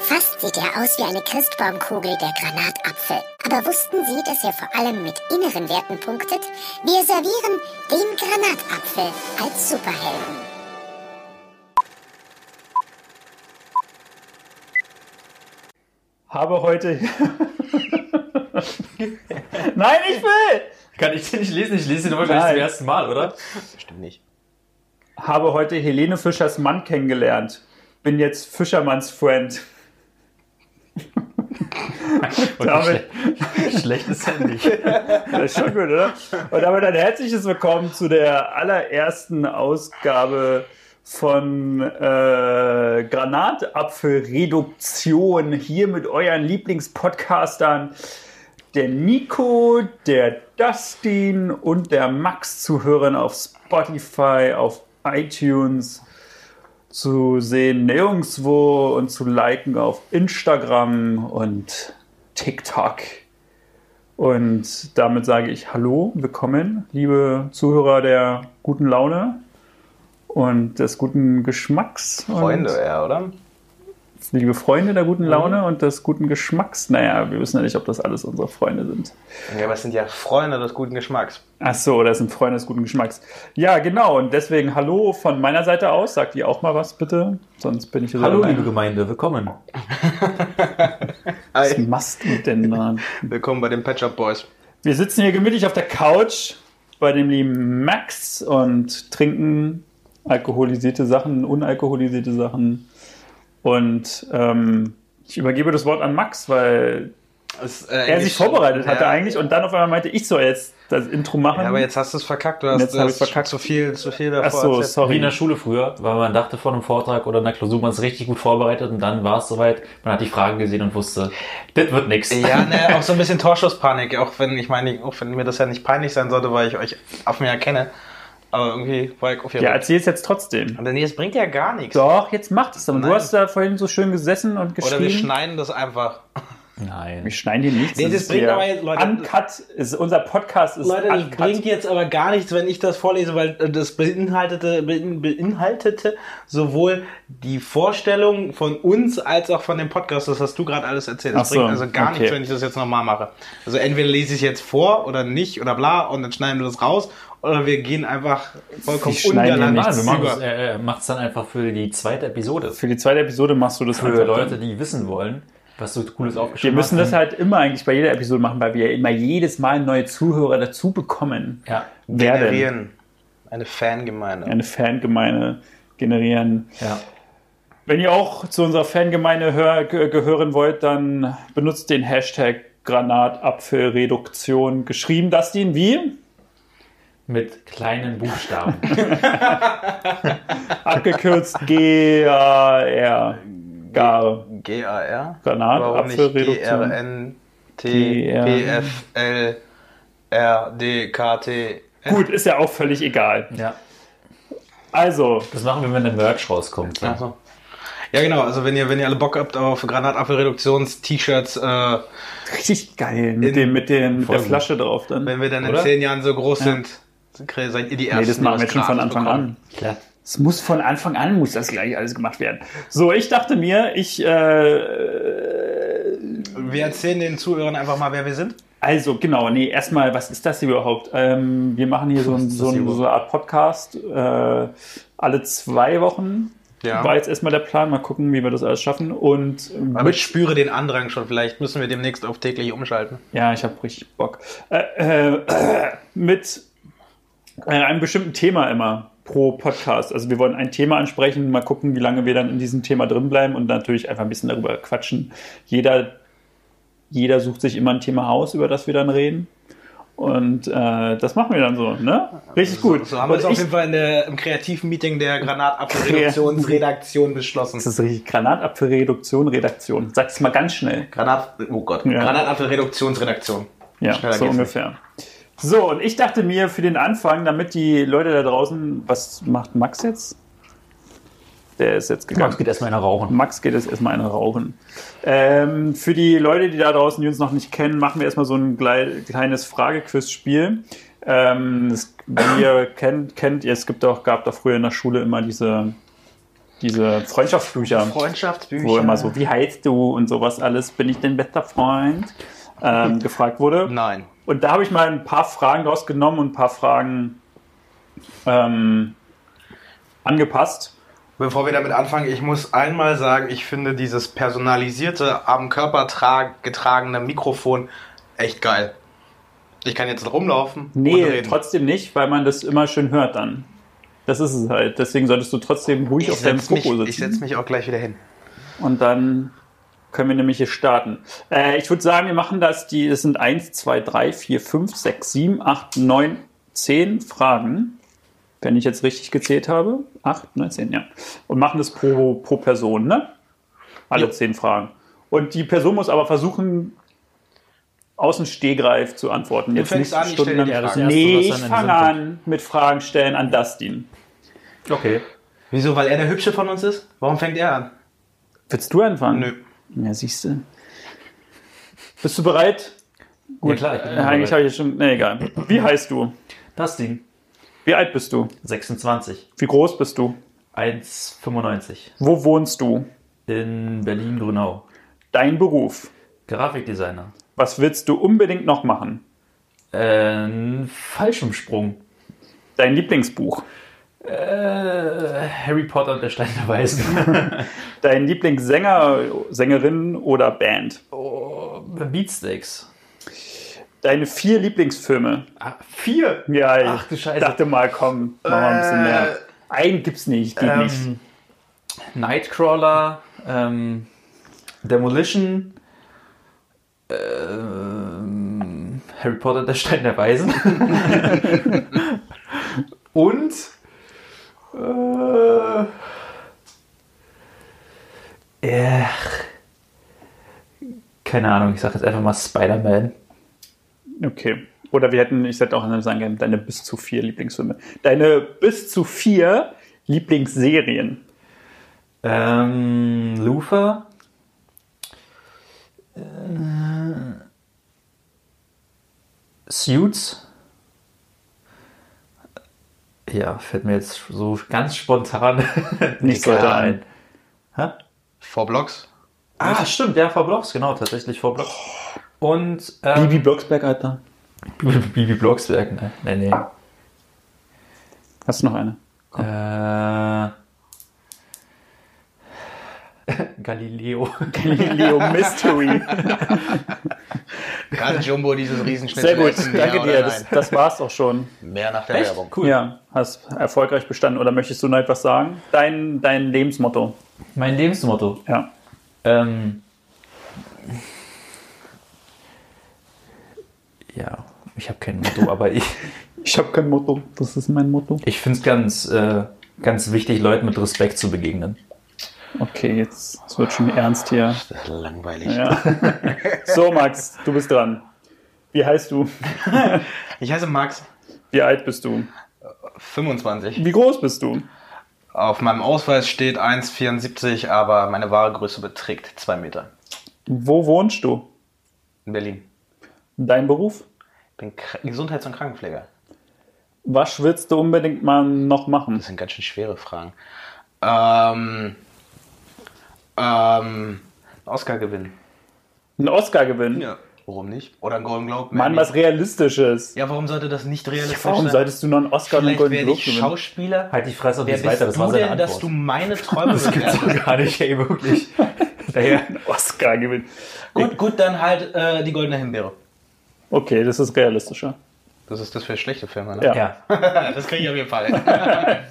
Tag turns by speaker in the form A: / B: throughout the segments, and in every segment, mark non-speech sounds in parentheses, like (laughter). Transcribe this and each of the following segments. A: Fast sieht er aus wie eine Christbaumkugel der Granatapfel. Aber wussten Sie, dass er vor allem mit inneren Werten punktet? Wir servieren den Granatapfel als Superhelden.
B: Habe heute. (laughs) Nein, ich will!
C: Kann ich den nicht lesen? Ich lese den wahrscheinlich
B: Nein.
C: zum ersten Mal, oder?
D: Bestimmt
C: (laughs)
D: nicht.
B: Habe heute Helene Fischers Mann kennengelernt. Bin jetzt Fischermanns Friend.
C: Und
B: (laughs) Damit-
C: schle schlecht ist er
B: (laughs)
C: nicht.
B: Das ist schon gut, oder? Und damit ein herzliches Willkommen zu der allerersten Ausgabe von äh, Granatapfelreduktion hier mit euren Lieblingspodcastern. Der Nico, der Dustin und der Max zu hören auf Spotify, auf iTunes zu sehen nirgendwo und zu liken auf Instagram und TikTok. Und damit sage ich Hallo, willkommen, liebe Zuhörer der guten Laune und des guten Geschmacks. Und
D: Freunde, ja, oder?
B: Liebe Freunde der guten Laune und des guten Geschmacks. Naja, wir wissen ja nicht, ob das alles unsere Freunde sind.
D: Ja, aber es sind ja Freunde des guten Geschmacks.
B: Ach so, das sind Freunde des guten Geschmacks. Ja, genau. Und deswegen Hallo von meiner Seite aus. Sagt ihr auch mal was bitte? Sonst bin ich wieder
C: Hallo,
B: allein.
C: liebe Gemeinde, willkommen.
B: Was
D: Hi.
B: machst du denn da?
D: Willkommen bei den Patch Up Boys.
B: Wir sitzen hier gemütlich auf der Couch bei dem lieben Max und trinken alkoholisierte Sachen, unalkoholisierte Sachen. Und ähm, ich übergebe das Wort an Max, weil
D: Es, äh,
B: er sich
D: eigentlich-
B: vorbereitet hatte
D: ja,
B: eigentlich und dann auf einmal meinte, ich soll jetzt das Intro machen.
D: Ja, aber jetzt hast du es verkackt. Du hast,
B: Jetzt
D: du
B: hab
D: hast
B: ich's verkackt.
D: zu viel, zu viel davor.
B: Ach so,
D: erzählt.
C: Wie in der
B: sorry.
C: Schule früher, weil man dachte vor einem Vortrag oder einer Klausur, man ist richtig gut vorbereitet und dann war es soweit, man hat die Fragen gesehen und wusste, das wird nix.
D: Ja,
C: (laughs)
D: ne, auch so ein bisschen Torschusspanik, auch wenn ich meine, auch wenn mir das ja nicht peinlich sein sollte, weil ich euch auf mir erkenne. Aber irgendwie war ich auf jeden
B: Ja, erzähl es jetzt trotzdem.
D: Aber nee, es bringt ja gar nichts.
B: Doch, jetzt mach das. Und du
D: Nein.
B: hast da vorhin so schön gesessen und geschrieben.
D: Oder wir schneiden das einfach.
C: Nein.
B: wir schneiden hier nichts.
D: Nee, das
B: ist
D: bringt
B: hier
D: aber jetzt- Leute-
B: Uncut. Ist, unser Podcast ist
D: Leute, das
B: uncut.
D: bringt jetzt aber gar nichts, wenn ich das vorlese, weil äh, das beinhaltete, bein- beinhaltete sowohl die Vorstellung von uns als auch von dem Podcast. Das hast du gerade alles erzählt. Das
B: Ach so,
D: bringt also gar
B: okay.
D: nichts, wenn ich das jetzt nochmal mache. Also entweder lese ich es jetzt vor oder nicht oder bla und dann schneiden wir das raus oder wir gehen einfach vollkommen
B: Wir schneiden ja
D: ungalant
C: Nein, wir machen
D: über.
C: es äh, äh, macht's dann einfach für die zweite Episode.
B: Für die zweite Episode machst du das
C: Für
B: einfach dann.
C: Leute, die wissen wollen, was du Cooles
B: Wir
C: aufgeschrieben hast.
B: müssen das halt immer eigentlich bei jeder Episode machen, weil wir immer jedes Mal neue Zuhörer dazu bekommen.
C: Ja.
B: Wer denn?
D: generieren. Eine Fangemeinde.
B: Eine Fangemeinde generieren.
C: ja.
B: Wenn ihr auch zu unserer Fangemeinde hör, ge- gehören wollt, dann benutzt den Hashtag Granatapfelreduktion. Geschrieben, Dustin, wie?
C: Mit kleinen Buchstaben.
B: (laughs) Abgekürzt G-A-R. Gar.
D: G-A-R?
B: Granat,
D: Warum nicht
B: Apfelreduktion.
D: G-R-N-T-P-F-L-R-D-K-T.
B: Gut, ist ja auch völlig egal.
C: ja.
B: Also,
C: Das machen wir, wenn der Merch rauskommt.
D: Ach so. Ja, genau. Also, wenn ihr, wenn ihr alle Bock habt auf Granatapfelreduktions-T-Shirts, äh,
B: richtig geil. Mit,
D: In-
B: dem, mit, dem, mit der
C: Voll gut.
B: Flasche drauf dann.
D: wenn wir dann in
C: Oder?
D: zehn Jahren so groß sind, seid ihr die Ersten.
B: Nee, das machen wir
D: die
B: jetzt schon von
D: gratis
B: Anfang
D: bekommen.
B: an.
C: Klar.
B: Es muss von Anfang an, muss das gleich alles gemacht werden. So, ich dachte mir, ich, äh,
D: Wir erzählen den Zuhörern einfach mal, wer wir sind.
B: also genau, nee, erstmal, was ist das hier überhaupt? Ähm, wir machen hier so, ein,
C: ist
B: so,
C: das hier
B: ein, so eine Art Podcast, äh, alle zwei Wochen.
D: Ja.
B: War jetzt erstmal der Plan, mal gucken, wie wir das alles schaffen. Und
D: Aber ich spüre den Andrang schon. Vielleicht müssen wir demnächst auf täglich umschalten.
B: Ja, ich habe richtig Bock. Äh, äh, (clears throat) mit äh, einem bestimmten Thema immer pro Podcast. Also wir wollen ein Thema ansprechen, mal gucken, wie lange wir dann in diesem Thema drin bleiben und natürlich einfach ein bisschen darüber quatschen. Jeder, jeder sucht sich immer ein Thema aus, über das wir dann reden. Und äh, das machen wir dann so, ne? Richtig gut.
D: So haben wir
B: Und
D: es auf
B: ich-
D: jeden Fall in der, im Kreativmeeting der
B: (laughs)
D: Granatapfelreduktionsredaktion beschlossen.
B: das ist richtig. Granatapfelreduktion, Redaktion. Sag's mal ganz schnell.
D: Granat, oh Gott,
B: Ja.
D: Granatapfelreduktionsredaktion.
B: Ja,
D: Schneller
B: so
D: geht's
B: ungefähr. So, und ich dachte mir für den Anfang, damit die Leute da draußen, was macht Max jetzt? Der ist jetzt gegangen.
C: Max geht erstmal einer rauchen.
B: Max geht jetzt erstmal einen rauchen. Ähm, für die Leute, die da draußen die uns noch nicht kennen, machen wir erstmal so ein glei- kleines Fragequiz-Spiel.
C: (coughs)
B: Ähm, es- wenn ihr kennt, kennt ihr, es gibt auch, gab da früher in der Schule immer diese Diese Freundschaftsbücher.
D: Freundschaftsbücher.
B: wo immer so, wie heißt du und sowas alles, bin ich dein bester Freund,
C: (laughs)
B: ähm, gefragt wurde.
D: Nein.
B: Und da habe ich mal ein paar Fragen draus genommen und ein paar Fragen ähm, angepasst.
D: Bevor wir damit anfangen, ich muss einmal sagen, ich finde dieses personalisierte, am Körper tra- getragene Mikrofon echt geil. Ich kann jetzt rumlaufen und
B: Nee,
D: reden.
B: trotzdem nicht, weil man das immer schön hört dann. Das ist es halt. Deswegen solltest du trotzdem ruhig
D: ich
B: auf deinem
D: setze mich,
B: Popo
D: ich setz
B: sitzen.
D: mich auch gleich wieder hin.
B: Und dann können wir nämlich hier starten. Äh, ich würde sagen, wir machen das. Die, es sind 1, 2, 3, 4, 5, 6, 7, 8, 9, 10 Fragen. Wenn ich jetzt richtig gezählt habe. 8, 9, 10, ja. Und machen das pro, pro Person, ne? Alle
D: Ja.
B: 10 Fragen. Und die Person muss aber versuchen, aus dem Stehgreif zu antworten. Jetzt
D: fängst
B: nicht
D: an, ich stell dir
B: stundenlang.
D: die
C: Ja, das Erste,
B: Nee,
C: was
B: ich
C: dann in den
B: fange
C: Sinn
B: an
C: kommt.
B: mit Fragen stellen an Dustin.
C: Okay.
D: Wieso? Weil er der Hübsche von uns ist? Warum fängt er an?
B: Willst du anfangen?
D: Nö.
B: Ja, siehst du. Bist du bereit?
C: Gut, ja, klar. Ich bin
B: Äh, eigentlich habe ich jetzt schon. Ne, egal. Wie heißt du?
C: das Ding.
B: Wie alt bist du?
C: 26.
B: Wie groß bist du?
C: 1,95.
B: Wo wohnst du?
C: In Berlin-Grünau.
B: Dein Beruf?
C: Grafikdesigner.
B: Was willst du unbedingt noch machen?
C: Ähm, Fallschirmsprung.
B: Dein Lieblingsbuch?
C: Äh, Harry Potter und der Stein der Weisen. (laughs)
B: Dein Lieblingssänger, Sängerin oder Band?
C: Beatsteaks.
B: Deine vier Lieblingsfilme?
C: Ah, vier?
B: Ja, ich
C: Ach du Scheiße.
B: dachte mal, komm, mach mal ein bisschen
D: Äh,
B: mehr. Einen gibt's nicht, geht nicht.
C: Ähm, Nightcrawler, ähm, Demolition, ähm, Harry Potter, der Stein der Weisen. (laughs) Und äh, äh, keine Ahnung, ich sag jetzt einfach mal Spider-Man.
B: Okay. Oder wir hätten, ich hätte auch anders sagen können, deine bis zu vier Lieblingsfilme. Deine bis zu vier Lieblingsserien.
C: Ähm, Luther. Äh, Suits. Ja, fällt mir jetzt so ganz spontan (laughs)
B: Nicht so
C: gerade
B: ein.
C: Hä?
D: Vor Blocks?
C: Ah, stimmt, der vor Blocks, genau, tatsächlich vor Blocks. Und ähm,
B: Bibi Blocksberg, Alter.
C: Bibi, Bibi Blocksberg, ne? Nee, nee.
B: Hast du noch
C: (laughs)
B: eine?
C: Äh, (laughs) Galileo.
B: Leo Mystery.
D: (laughs) Kann Jumbo dieses
B: Sehr
D: Riesenschnitzel
B: gut,
D: essen, ja
B: danke
D: oder
B: dir.
D: nein?
B: Das, das war's auch schon.
D: Mehr nach der Werbung.
C: Cool.
B: Ja, hast erfolgreich bestanden. Oder möchtest du noch etwas sagen? Dein, dein Lebensmotto.
C: Mein Lebensmotto.
B: Ja.
C: Ähm, ja, ich habe kein Motto, aber ich,
B: Ich habe kein Motto. Das ist mein Motto.
C: ich finde es ganz, äh, ganz wichtig, Leuten mit Respekt zu begegnen.
B: Okay, jetzt es wird schon ernst hier.
D: Das ist langweilig.
B: Ja. So, Max, du bist dran. Wie heißt du?
D: Ich heiße Max,
B: Wie alt bist du?
D: 25.
B: Wie groß bist du?
D: Auf meinem Ausweis steht 1,74, aber meine wahre Größe beträgt 2 Meter.
B: Wo wohnst du?
D: In Berlin.
B: Dein Beruf?
D: Ich bin Kr- Gesundheits- und Krankenpfleger.
B: Was willst du unbedingt mal noch machen?
D: Das sind ganz schön schwere Fragen. Ähm, ähm, Oscar gewinnen.
B: Einen Oscar gewinnen?
D: Warum nicht? Oder einen Golden Globe.
B: Mann,
D: maybe.
B: was Realistisches.
D: Ja, warum sollte das nicht realistisch
B: Warum
D: sein?
B: solltest du noch einen Oscar und einen
D: Vielleicht
B: Golden
D: werde
B: Globe
D: ich
B: gewinnen?
D: Schauspieler.
C: Halt die Fresse und
D: Wer
C: jetzt
D: bist
C: weiter, das war
D: du
C: seine
D: denn, dass
C: Antwort.
D: du meine Träume
C: das
D: bewertest?
C: gibt's gar nicht, ey, (laughs) wirklich. Daher,
B: (laughs) Oscar gewinnen.
D: Gut, gut, dann halt äh, die Goldene Himbeere.
B: Okay, das ist realistischer.
D: Das ist das für schlechte Filme,
B: Ja.
D: ne? Äh,
C: ja.
D: (laughs) das kriege ich auf jeden Fall.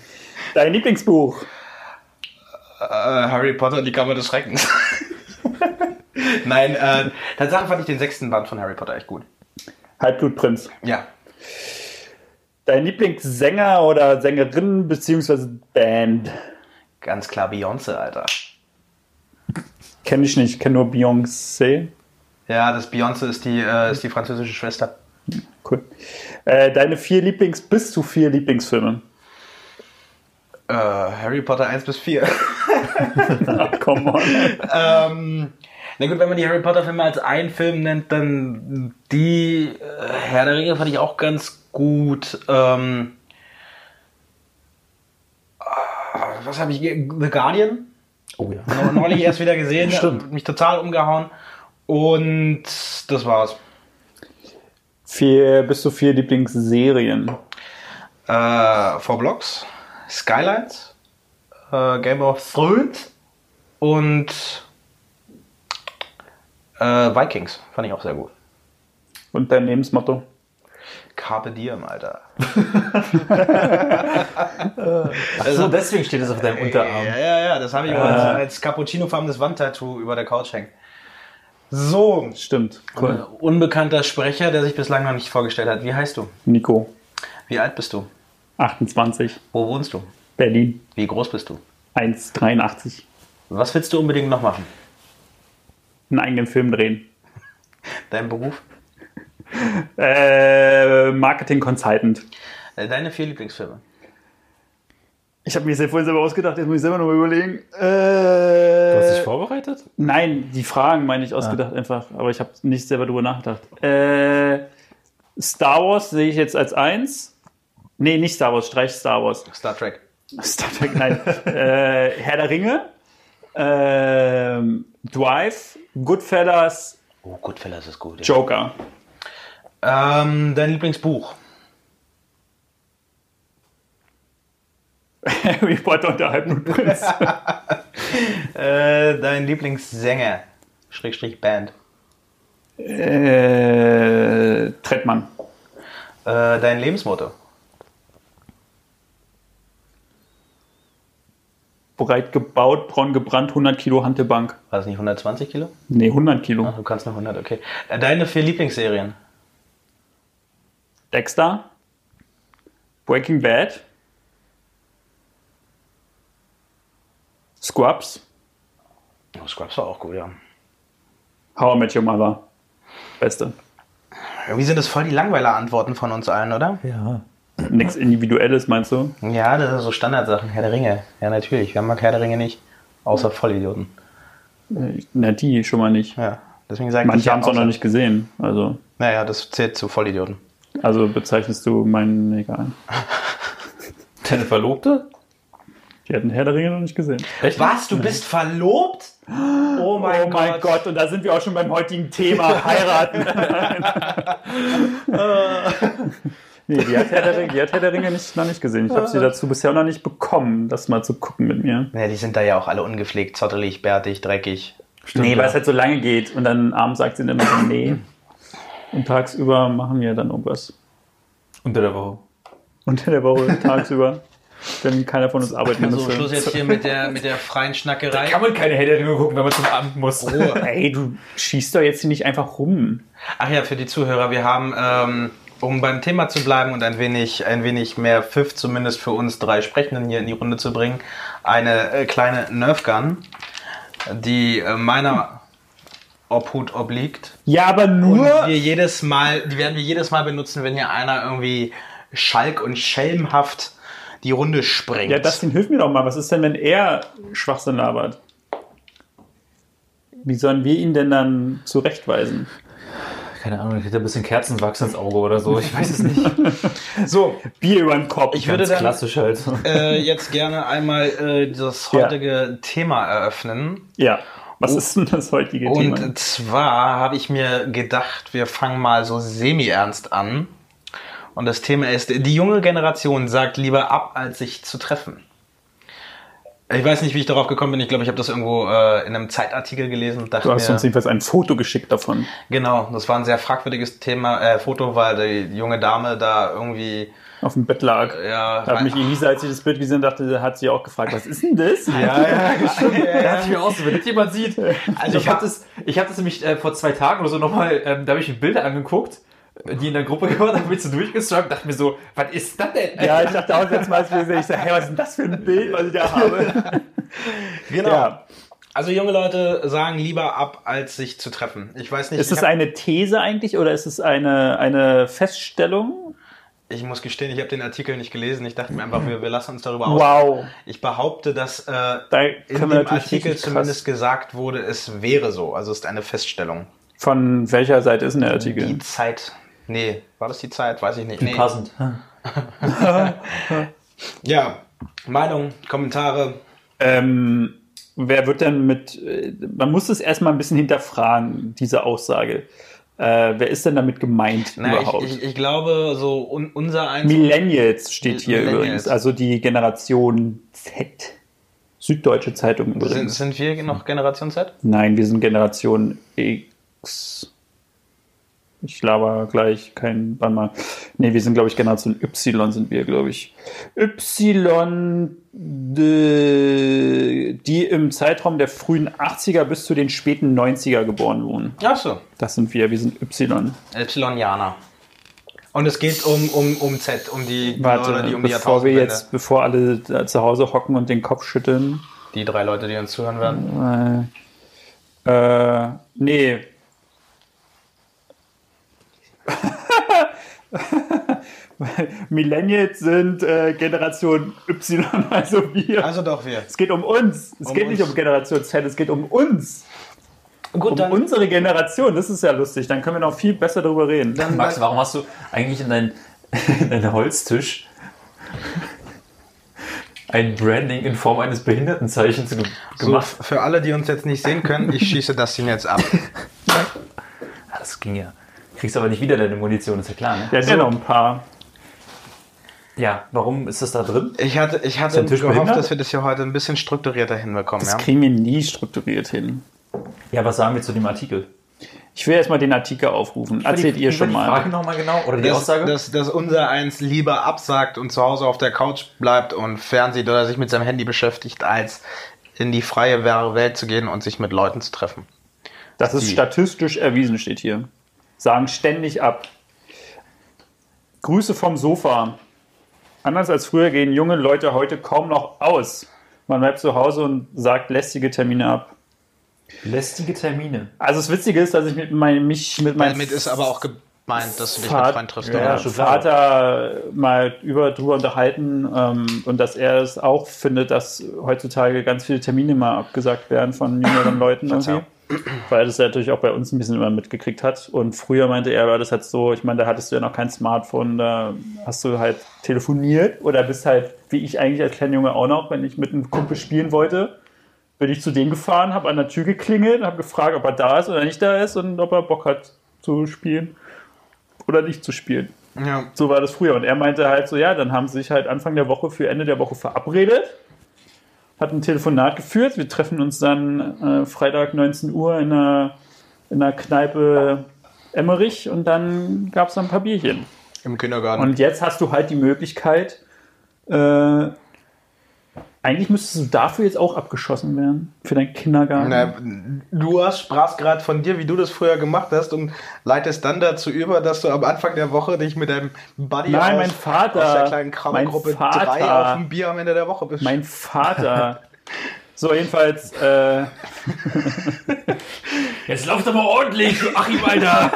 B: Dein Lieblingsbuch?
D: Harry Potter und die Kammer des Schreckens. (laughs) Nein, äh, tatsächlich fand ich den sechsten Band von Harry Potter echt gut.
B: Halbblutprinz.
D: Ja.
B: Dein Lieblingssänger oder Sängerin beziehungsweise Band?
D: Ganz klar Beyoncé, Alter.
B: Kenne ich nicht, kenne nur Beyoncé.
D: Ja, das Beyoncé ist die, äh, ist die französische Schwester.
B: Cool. Äh, deine vier Lieblings- bis zu vier Lieblingsfilme? (laughs)
D: Äh, Harry Potter 1 bis 4.
B: Ach, Ah, come on.
D: (laughs) ähm, na gut, wenn man die Harry Potter Filme als einen Film nennt, dann die äh, Herr der Ringe fand ich auch ganz gut. Ähm, was habe ich, ge- The Guardian,
C: Oh ja.
D: neulich erst wieder (laughs) gesehen,
C: Stimmt.
D: hat mich total umgehauen und das war's.
B: Vier, bis zu vier Lieblingsserien.
D: Äh, Four Blocks, Skylines, äh, Game of Thrones und äh, Vikings. Fand ich auch sehr gut.
B: Und dein Lebensmotto?
D: Carpe Diem, Alter.
C: Also deswegen steht es auf deinem Unterarm.
D: Ja, ja, ja, das habe ich als, als cappuccinofarbenes Wandtattoo über der Couch hängen. So,
B: Stimmt. Cool.
D: unbekannter Sprecher, der sich bislang noch nicht vorgestellt hat. Wie heißt du?
B: Nico,
D: Wie alt bist du?
B: 28,
D: Wo wohnst du?
B: Berlin,
D: Wie groß bist du?
B: 1,83.
D: Was willst du unbedingt noch machen?
B: Einen eigenen Film drehen.
D: Dein Beruf?
B: Äh, Marketing Consultant.
D: Äh, Deine vier Lieblingsfilme?
B: Ich habe mir das ja vorhin selber ausgedacht, jetzt muss ich selber nochmal überlegen.
C: Du hast dich
B: Äh,
C: vorbereitet?
B: nein, die Fragen meine ich ausgedacht einfach, aber ich habe nicht selber drüber nachgedacht. Äh, Star Wars sehe ich jetzt als eins. Nee, nicht Star Wars, streich Star Wars.
D: Star Trek.
B: (laughs) Star Trek, nein. (laughs) äh, Herr der Ringe, ähm, Drive, Goodfellas,
D: Oh, Goodfellas ist gut. Ja.
B: Joker. (laughs)
D: Ähm, dein Lieblingsbuch?
B: Harry Potter und der (laughs) Halbblutprinz.
D: Äh, dein Lieblingssänger? Schrägstrich Band.
B: äh, Trettmann.
D: Äh, dein Lebensmotto?
B: Breit gebaut, braun gebrannt, 100 Kilo Hantelbank.
D: War es nicht 120 Kilo?
B: Nee, 100 Kilo.
D: Ach, du kannst nur 100, okay. Äh, deine vier Lieblingsserien?
B: Dexter, Breaking Bad, Scrubs,
D: Oh, Scrubs war auch gut, ja.
B: How I Met Your Mother. Beste.
D: Irgendwie sind das voll die Langweiler-Antworten von uns allen, oder?
C: Ja.
B: Nichts Individuelles, meinst du?
D: Ja, das sind so Standardsachen. Herr der Ringe. Ja, natürlich. Wir mag Herr der Ringe nicht. Außer Vollidioten.
B: Äh, Na, die schon mal nicht.
D: Ja. Deswegen sage ich
B: Manche
D: ja,
B: haben es auch
D: außer-
B: noch nicht gesehen. Also,
D: Naja, das zählt zu Vollidioten.
B: also bezeichnest du meinen, egal.
C: Deine Verlobte?
B: Die hatten Herr der Ringe noch nicht gesehen.
C: Echt?
D: Was? Du bist verlobt? Oh mein,
B: oh mein Gott, und da sind wir auch schon beim heutigen
D: (laughs)
B: Thema, heiraten. (laughs) nee, die hat, Herr der Ringe, die hat Herr der Ringe nicht, noch nicht gesehen. Ich habe sie dazu bisher noch nicht bekommen, das mal zu gucken mit mir.
D: Ja, die sind da ja auch alle ungepflegt, zottelig, bärtig, dreckig.
B: nee, weil
C: ja.
B: es halt so lange geht und dann abends sagt sie dann immer so, nee. Und tagsüber machen wir dann irgendwas.
C: Unter der Woche.
B: Und in der Woche
D: (laughs)
B: tagsüber, wenn keiner von uns arbeiten
D: So,
B: müsste.
D: Also, Schluss jetzt hier mit der, mit der freien Schnackerei.
C: man keine Helderinge gucken, wenn man zum Amt muss.
B: Ey, du schießt doch jetzt hier nicht einfach rum.
D: Ach ja, für die Zuhörer, wir haben, ähm, um beim Thema zu bleiben und ein wenig, ein wenig mehr Pfiff zumindest für uns drei Sprechenden hier in die Runde zu bringen, eine äh, kleine Nerf Gun, die äh, meiner Obhut obliegt.
B: Ja, aber
D: Und
B: nur.
D: wir jedes Mal, die werden wir jedes Mal benutzen, wenn hier einer irgendwie Schalk und Schelmhaft die Runde springt.
B: Ja, Dustin, hilf mir doch mal. Was ist denn, wenn er Schwachsinn labert? Wie sollen wir ihn denn dann zurechtweisen?
C: Keine Ahnung, ich hätte ein bisschen Kerzenwachs ins Auge oder so. Ich weiß es nicht. (laughs)
D: so,
B: Bier über den Kopf.
D: Ich würde dann-
C: Klassisch (laughs) halt.
D: äh, jetzt gerne einmal äh, das
B: Ja.
D: heutige Thema eröffnen.
B: ja. Was ist denn das heutige Thema?
D: Und zwar habe ich mir gedacht, wir fangen mal so semi-ernst an. Und das Thema ist, die junge Generation sagt lieber ab, als sich zu treffen. Ich weiß nicht, wie ich darauf gekommen bin. Ich glaube, ich habe das irgendwo äh, in einem Zeitartikel gelesen und dachte
B: Du hast
D: mir,
B: uns jedenfalls ein Foto geschickt davon.
D: genau, das war ein sehr fragwürdiges Thema, äh, Foto, weil die junge Dame da irgendwie
B: Auf dem Bett lag.
D: Ja,
B: da hat
D: weil-
B: mich Elisa, als sie das Bild gesehen hat, dachte, hat sie auch gefragt, was ist denn das?
C: (laughs) Da hatte ich mir auch so, wenn das jemand (laughs) sieht. Also ich habe das, ich hab das nämlich äh, vor zwei Tagen oder so nochmal, ähm, da habe ich mir Bilder angeguckt, äh, die in der Gruppe (laughs) gehört, da bin ich so durchgestriped, dachte mir so, was ist das denn?
B: Ja, ich dachte auch jetzt mal, als wir sehen, ich sage, hey, was ist denn das für ein Bild, was ich da habe?
D: (laughs) Genau.
B: Ja.
D: Also junge Leute sagen lieber ab, als sich zu treffen. Ich weiß nicht.
B: Ist
D: ich,
B: es
D: hab,
B: eine These eigentlich oder ist es eine, eine Feststellung?
D: ich muss gestehen, ich habe den Artikel nicht gelesen. Ich dachte mir einfach, wir, wir lassen uns darüber aus.
B: Mhm. Wow.
D: Ich behaupte, dass äh,
B: Da können
D: in
B: wir
D: dem
B: natürlich
D: Artikel
B: richtig krass-
D: zumindest gesagt wurde, es wäre so. Also es ist eine Feststellung.
B: Von welcher Seite ist denn der
D: Die
B: Artikel?
D: Zeit. Nee, war das die Zeit? Weiß ich nicht. Nee.
C: Passend.
D: (laughs) Ja. Meinung, Kommentare.
B: Ähm, wer wird denn mit. äh, Man muss es erstmal ein bisschen hinterfragen, diese Aussage. Äh, wer ist denn damit gemeint
D: Naja,
B: überhaupt?
D: ich, ich, ich glaube, so un, unser eins.
B: Millennials steht hier
D: Millennials.
B: übrigens, also die Generation Z. Süddeutsche Zeitung
D: Sind,
B: übrigens.
D: sind wir noch Generation Z?
B: Nein, wir sind Generation X. Ich laber gleich kein Bann mal. Nee, wir sind, glaube ich, Generation Y sind wir, glaube ich. Y, de- die im Zeitraum der frühen 80er bis zu den späten 90er geboren wurden.
D: Achso.
B: Das sind wir, wir sind Y.
D: Epsilonianer. Und es geht um, um, um Z, um die
B: Warte,
D: oder die um die
B: bevor wir
D: Jahrtausendwende.
B: jetzt, bevor alle da zu Hause hocken und den Kopf schütteln,
D: Die drei Leute, die uns zuhören werden.
B: Äh, äh, nee. (laughs) Millennials sind äh, Generation Y, also wir.
D: Also doch wir.
B: es geht um uns. Es
D: Um
B: geht nicht
D: uns.
B: um Generation Z, es geht um uns.
D: Gut,
B: Um unsere Generation. Das ist ja lustig. Dann können wir noch viel besser darüber reden.
C: (laughs) Max, warum hast du eigentlich in deinen (laughs) in deinen Holztisch ein Branding in Form eines Behindertenzeichens ge
D: so,
C: gemacht?
D: für alle, die uns jetzt nicht sehen können, ich schieße das Ding jetzt ab.
C: Ah, Das ging ja. Kriegst aber nicht wieder deine Munition, ist ja klar, ne?
B: Der hat ja noch ein paar.
C: Ja, warum ist das da drin?
D: Ich hatte, ich hatte
C: der Tisch
D: gehofft,
C: behindert?
D: dass wir das hier heute ein bisschen strukturierter hinbekommen.
B: Das
D: Ja?
B: kriegen wir nie strukturiert hin.
C: Ja, was sagen wir zu dem Artikel?
B: Ich will erstmal den Artikel aufrufen. Erzählt ihr schon
C: die
B: mal.
C: Frage nochmal genau? Oder die
D: Dass,
C: Aussage?
D: dass, dass unser eins lieber absagt und zu Hause auf der Couch bleibt und fernsieht oder sich mit seinem Handy beschäftigt, als in die freie Welt zu gehen und sich mit Leuten zu treffen.
B: Das ist
C: Die-
B: statistisch erwiesen, steht hier. Sagen ständig ab. Grüße vom Sofa. Anders als früher gehen junge Leute heute kaum noch aus. Man bleibt zu Hause und sagt lästige Termine ab.
C: Lästige Termine.
B: Also das Witzige ist, dass ich mit mein, mich mit meinem
D: Damit ist aber auch gemeint, dass du dich mit
B: Vater-
D: Freunden triffst.
B: ja,
D: oder?
C: schon klar.
B: Vater mal über drüber unterhalten ähm, und dass er es auch findet, dass heutzutage ganz viele Termine mal abgesagt werden von jüngeren Leuten irgendwie. Weil das er natürlich auch bei uns ein bisschen immer mitgekriegt hat. Und früher meinte er, war das halt so, ich meine, da hattest du ja noch kein Smartphone, da hast du halt telefoniert oder bist halt, wie ich eigentlich als kleiner Junge auch noch, wenn ich mit einem Kumpel spielen wollte, bin ich zu dem gefahren, habe an der Tür geklingelt, habe gefragt, ob er da ist oder nicht da ist und ob er Bock hat zu spielen oder nicht zu spielen.
D: Ja.
B: So war das früher. Und er meinte halt so, ja, dann haben sie sich halt Anfang der Woche für Ende der Woche verabredet, hat ein Telefonat geführt. Wir treffen uns dann äh, Freitag 19 Uhr in einer, in einer Kneipe Emmerich und dann gab es ein paar Bierchen.
D: Im Kindergarten.
B: Und jetzt hast du halt die Möglichkeit, äh, eigentlich müsstest du dafür jetzt auch abgeschossen werden, für deinen Kindergarten.
D: Na, du hast, sprachst gerade von dir, wie du das früher gemacht hast und leitest dann dazu über, dass du am Anfang der Woche dich mit deinem Buddy
B: Nein,
D: aus,
B: mein Vater.
D: aus der kleinen
B: Mein
D: Krabbelgruppe
B: Vater.
D: 3 auf dem Bier am Ende der Woche bist.
B: Mein Vater. so, jedenfalls. Äh,
C: (laughs) Jetzt lauft aber ordentlich, Achim, Alter!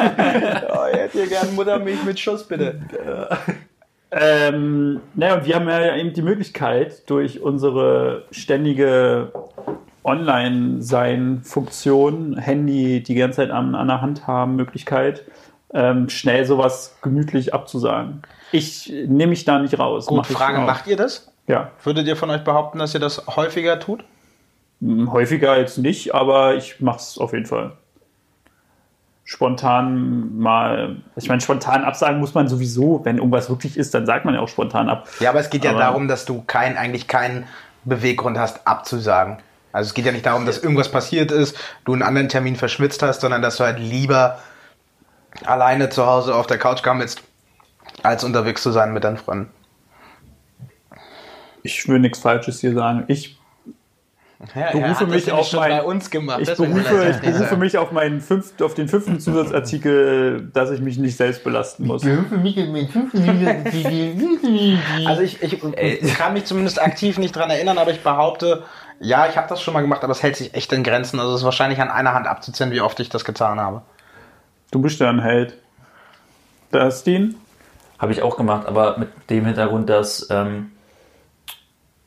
D: oh, ich hätte hier gern Muttermilch mit Schuss, bitte.
B: Ähm, naja, und wir haben ja eben die Möglichkeit, durch unsere ständige Online-Sein-Funktion, Handy die ganze Zeit an, an der Hand haben, Möglichkeit, ähm, schnell sowas gemütlich abzusagen. Ich nehme mich da nicht raus.
D: Gut,
B: mach ich
D: Frage,
B: auch.
D: macht ihr das?
B: Ja,
D: Würdet ihr von euch behaupten, dass ihr das häufiger tut?
B: Hm, häufiger jetzt nicht, aber ich mache es auf jeden Fall. Spontan mal, ich meine, spontan absagen muss man sowieso, wenn irgendwas wirklich ist, dann sagt man ja auch spontan ab.
D: Ja, aber es geht ja
B: Aber-
D: darum, dass du kein, eigentlich keinen Beweggrund hast, abzusagen. Also es geht ja nicht darum, dass irgendwas passiert ist, du einen anderen Termin verschwitzt hast, sondern dass du halt lieber alleine zu Hause auf der Couch gammelst, als unterwegs zu sein mit deinen Freunden.
B: Ich will nichts Falsches hier sagen. Ich
D: Ja,
B: berufe hat das mich nämlich auf schon mein- bei
D: uns gemacht.
B: Ich berufe, ich berufe mich auf, meinen fünft, auf den fünften Zusatzartikel, dass ich mich nicht selbst belasten muss.
D: also ich,
B: Äh,
D: ich kann mich zumindest aktiv nicht dran erinnern, aber ich behaupte, ja, ich habe das schon mal gemacht, aber es hält sich echt in Grenzen. Also es ist wahrscheinlich an einer Hand abzuzählen, wie oft ich das getan habe.
B: Du bist ja ein Held. Dustin?
C: Habe ich auch gemacht, aber mit dem Hintergrund, dass ähm,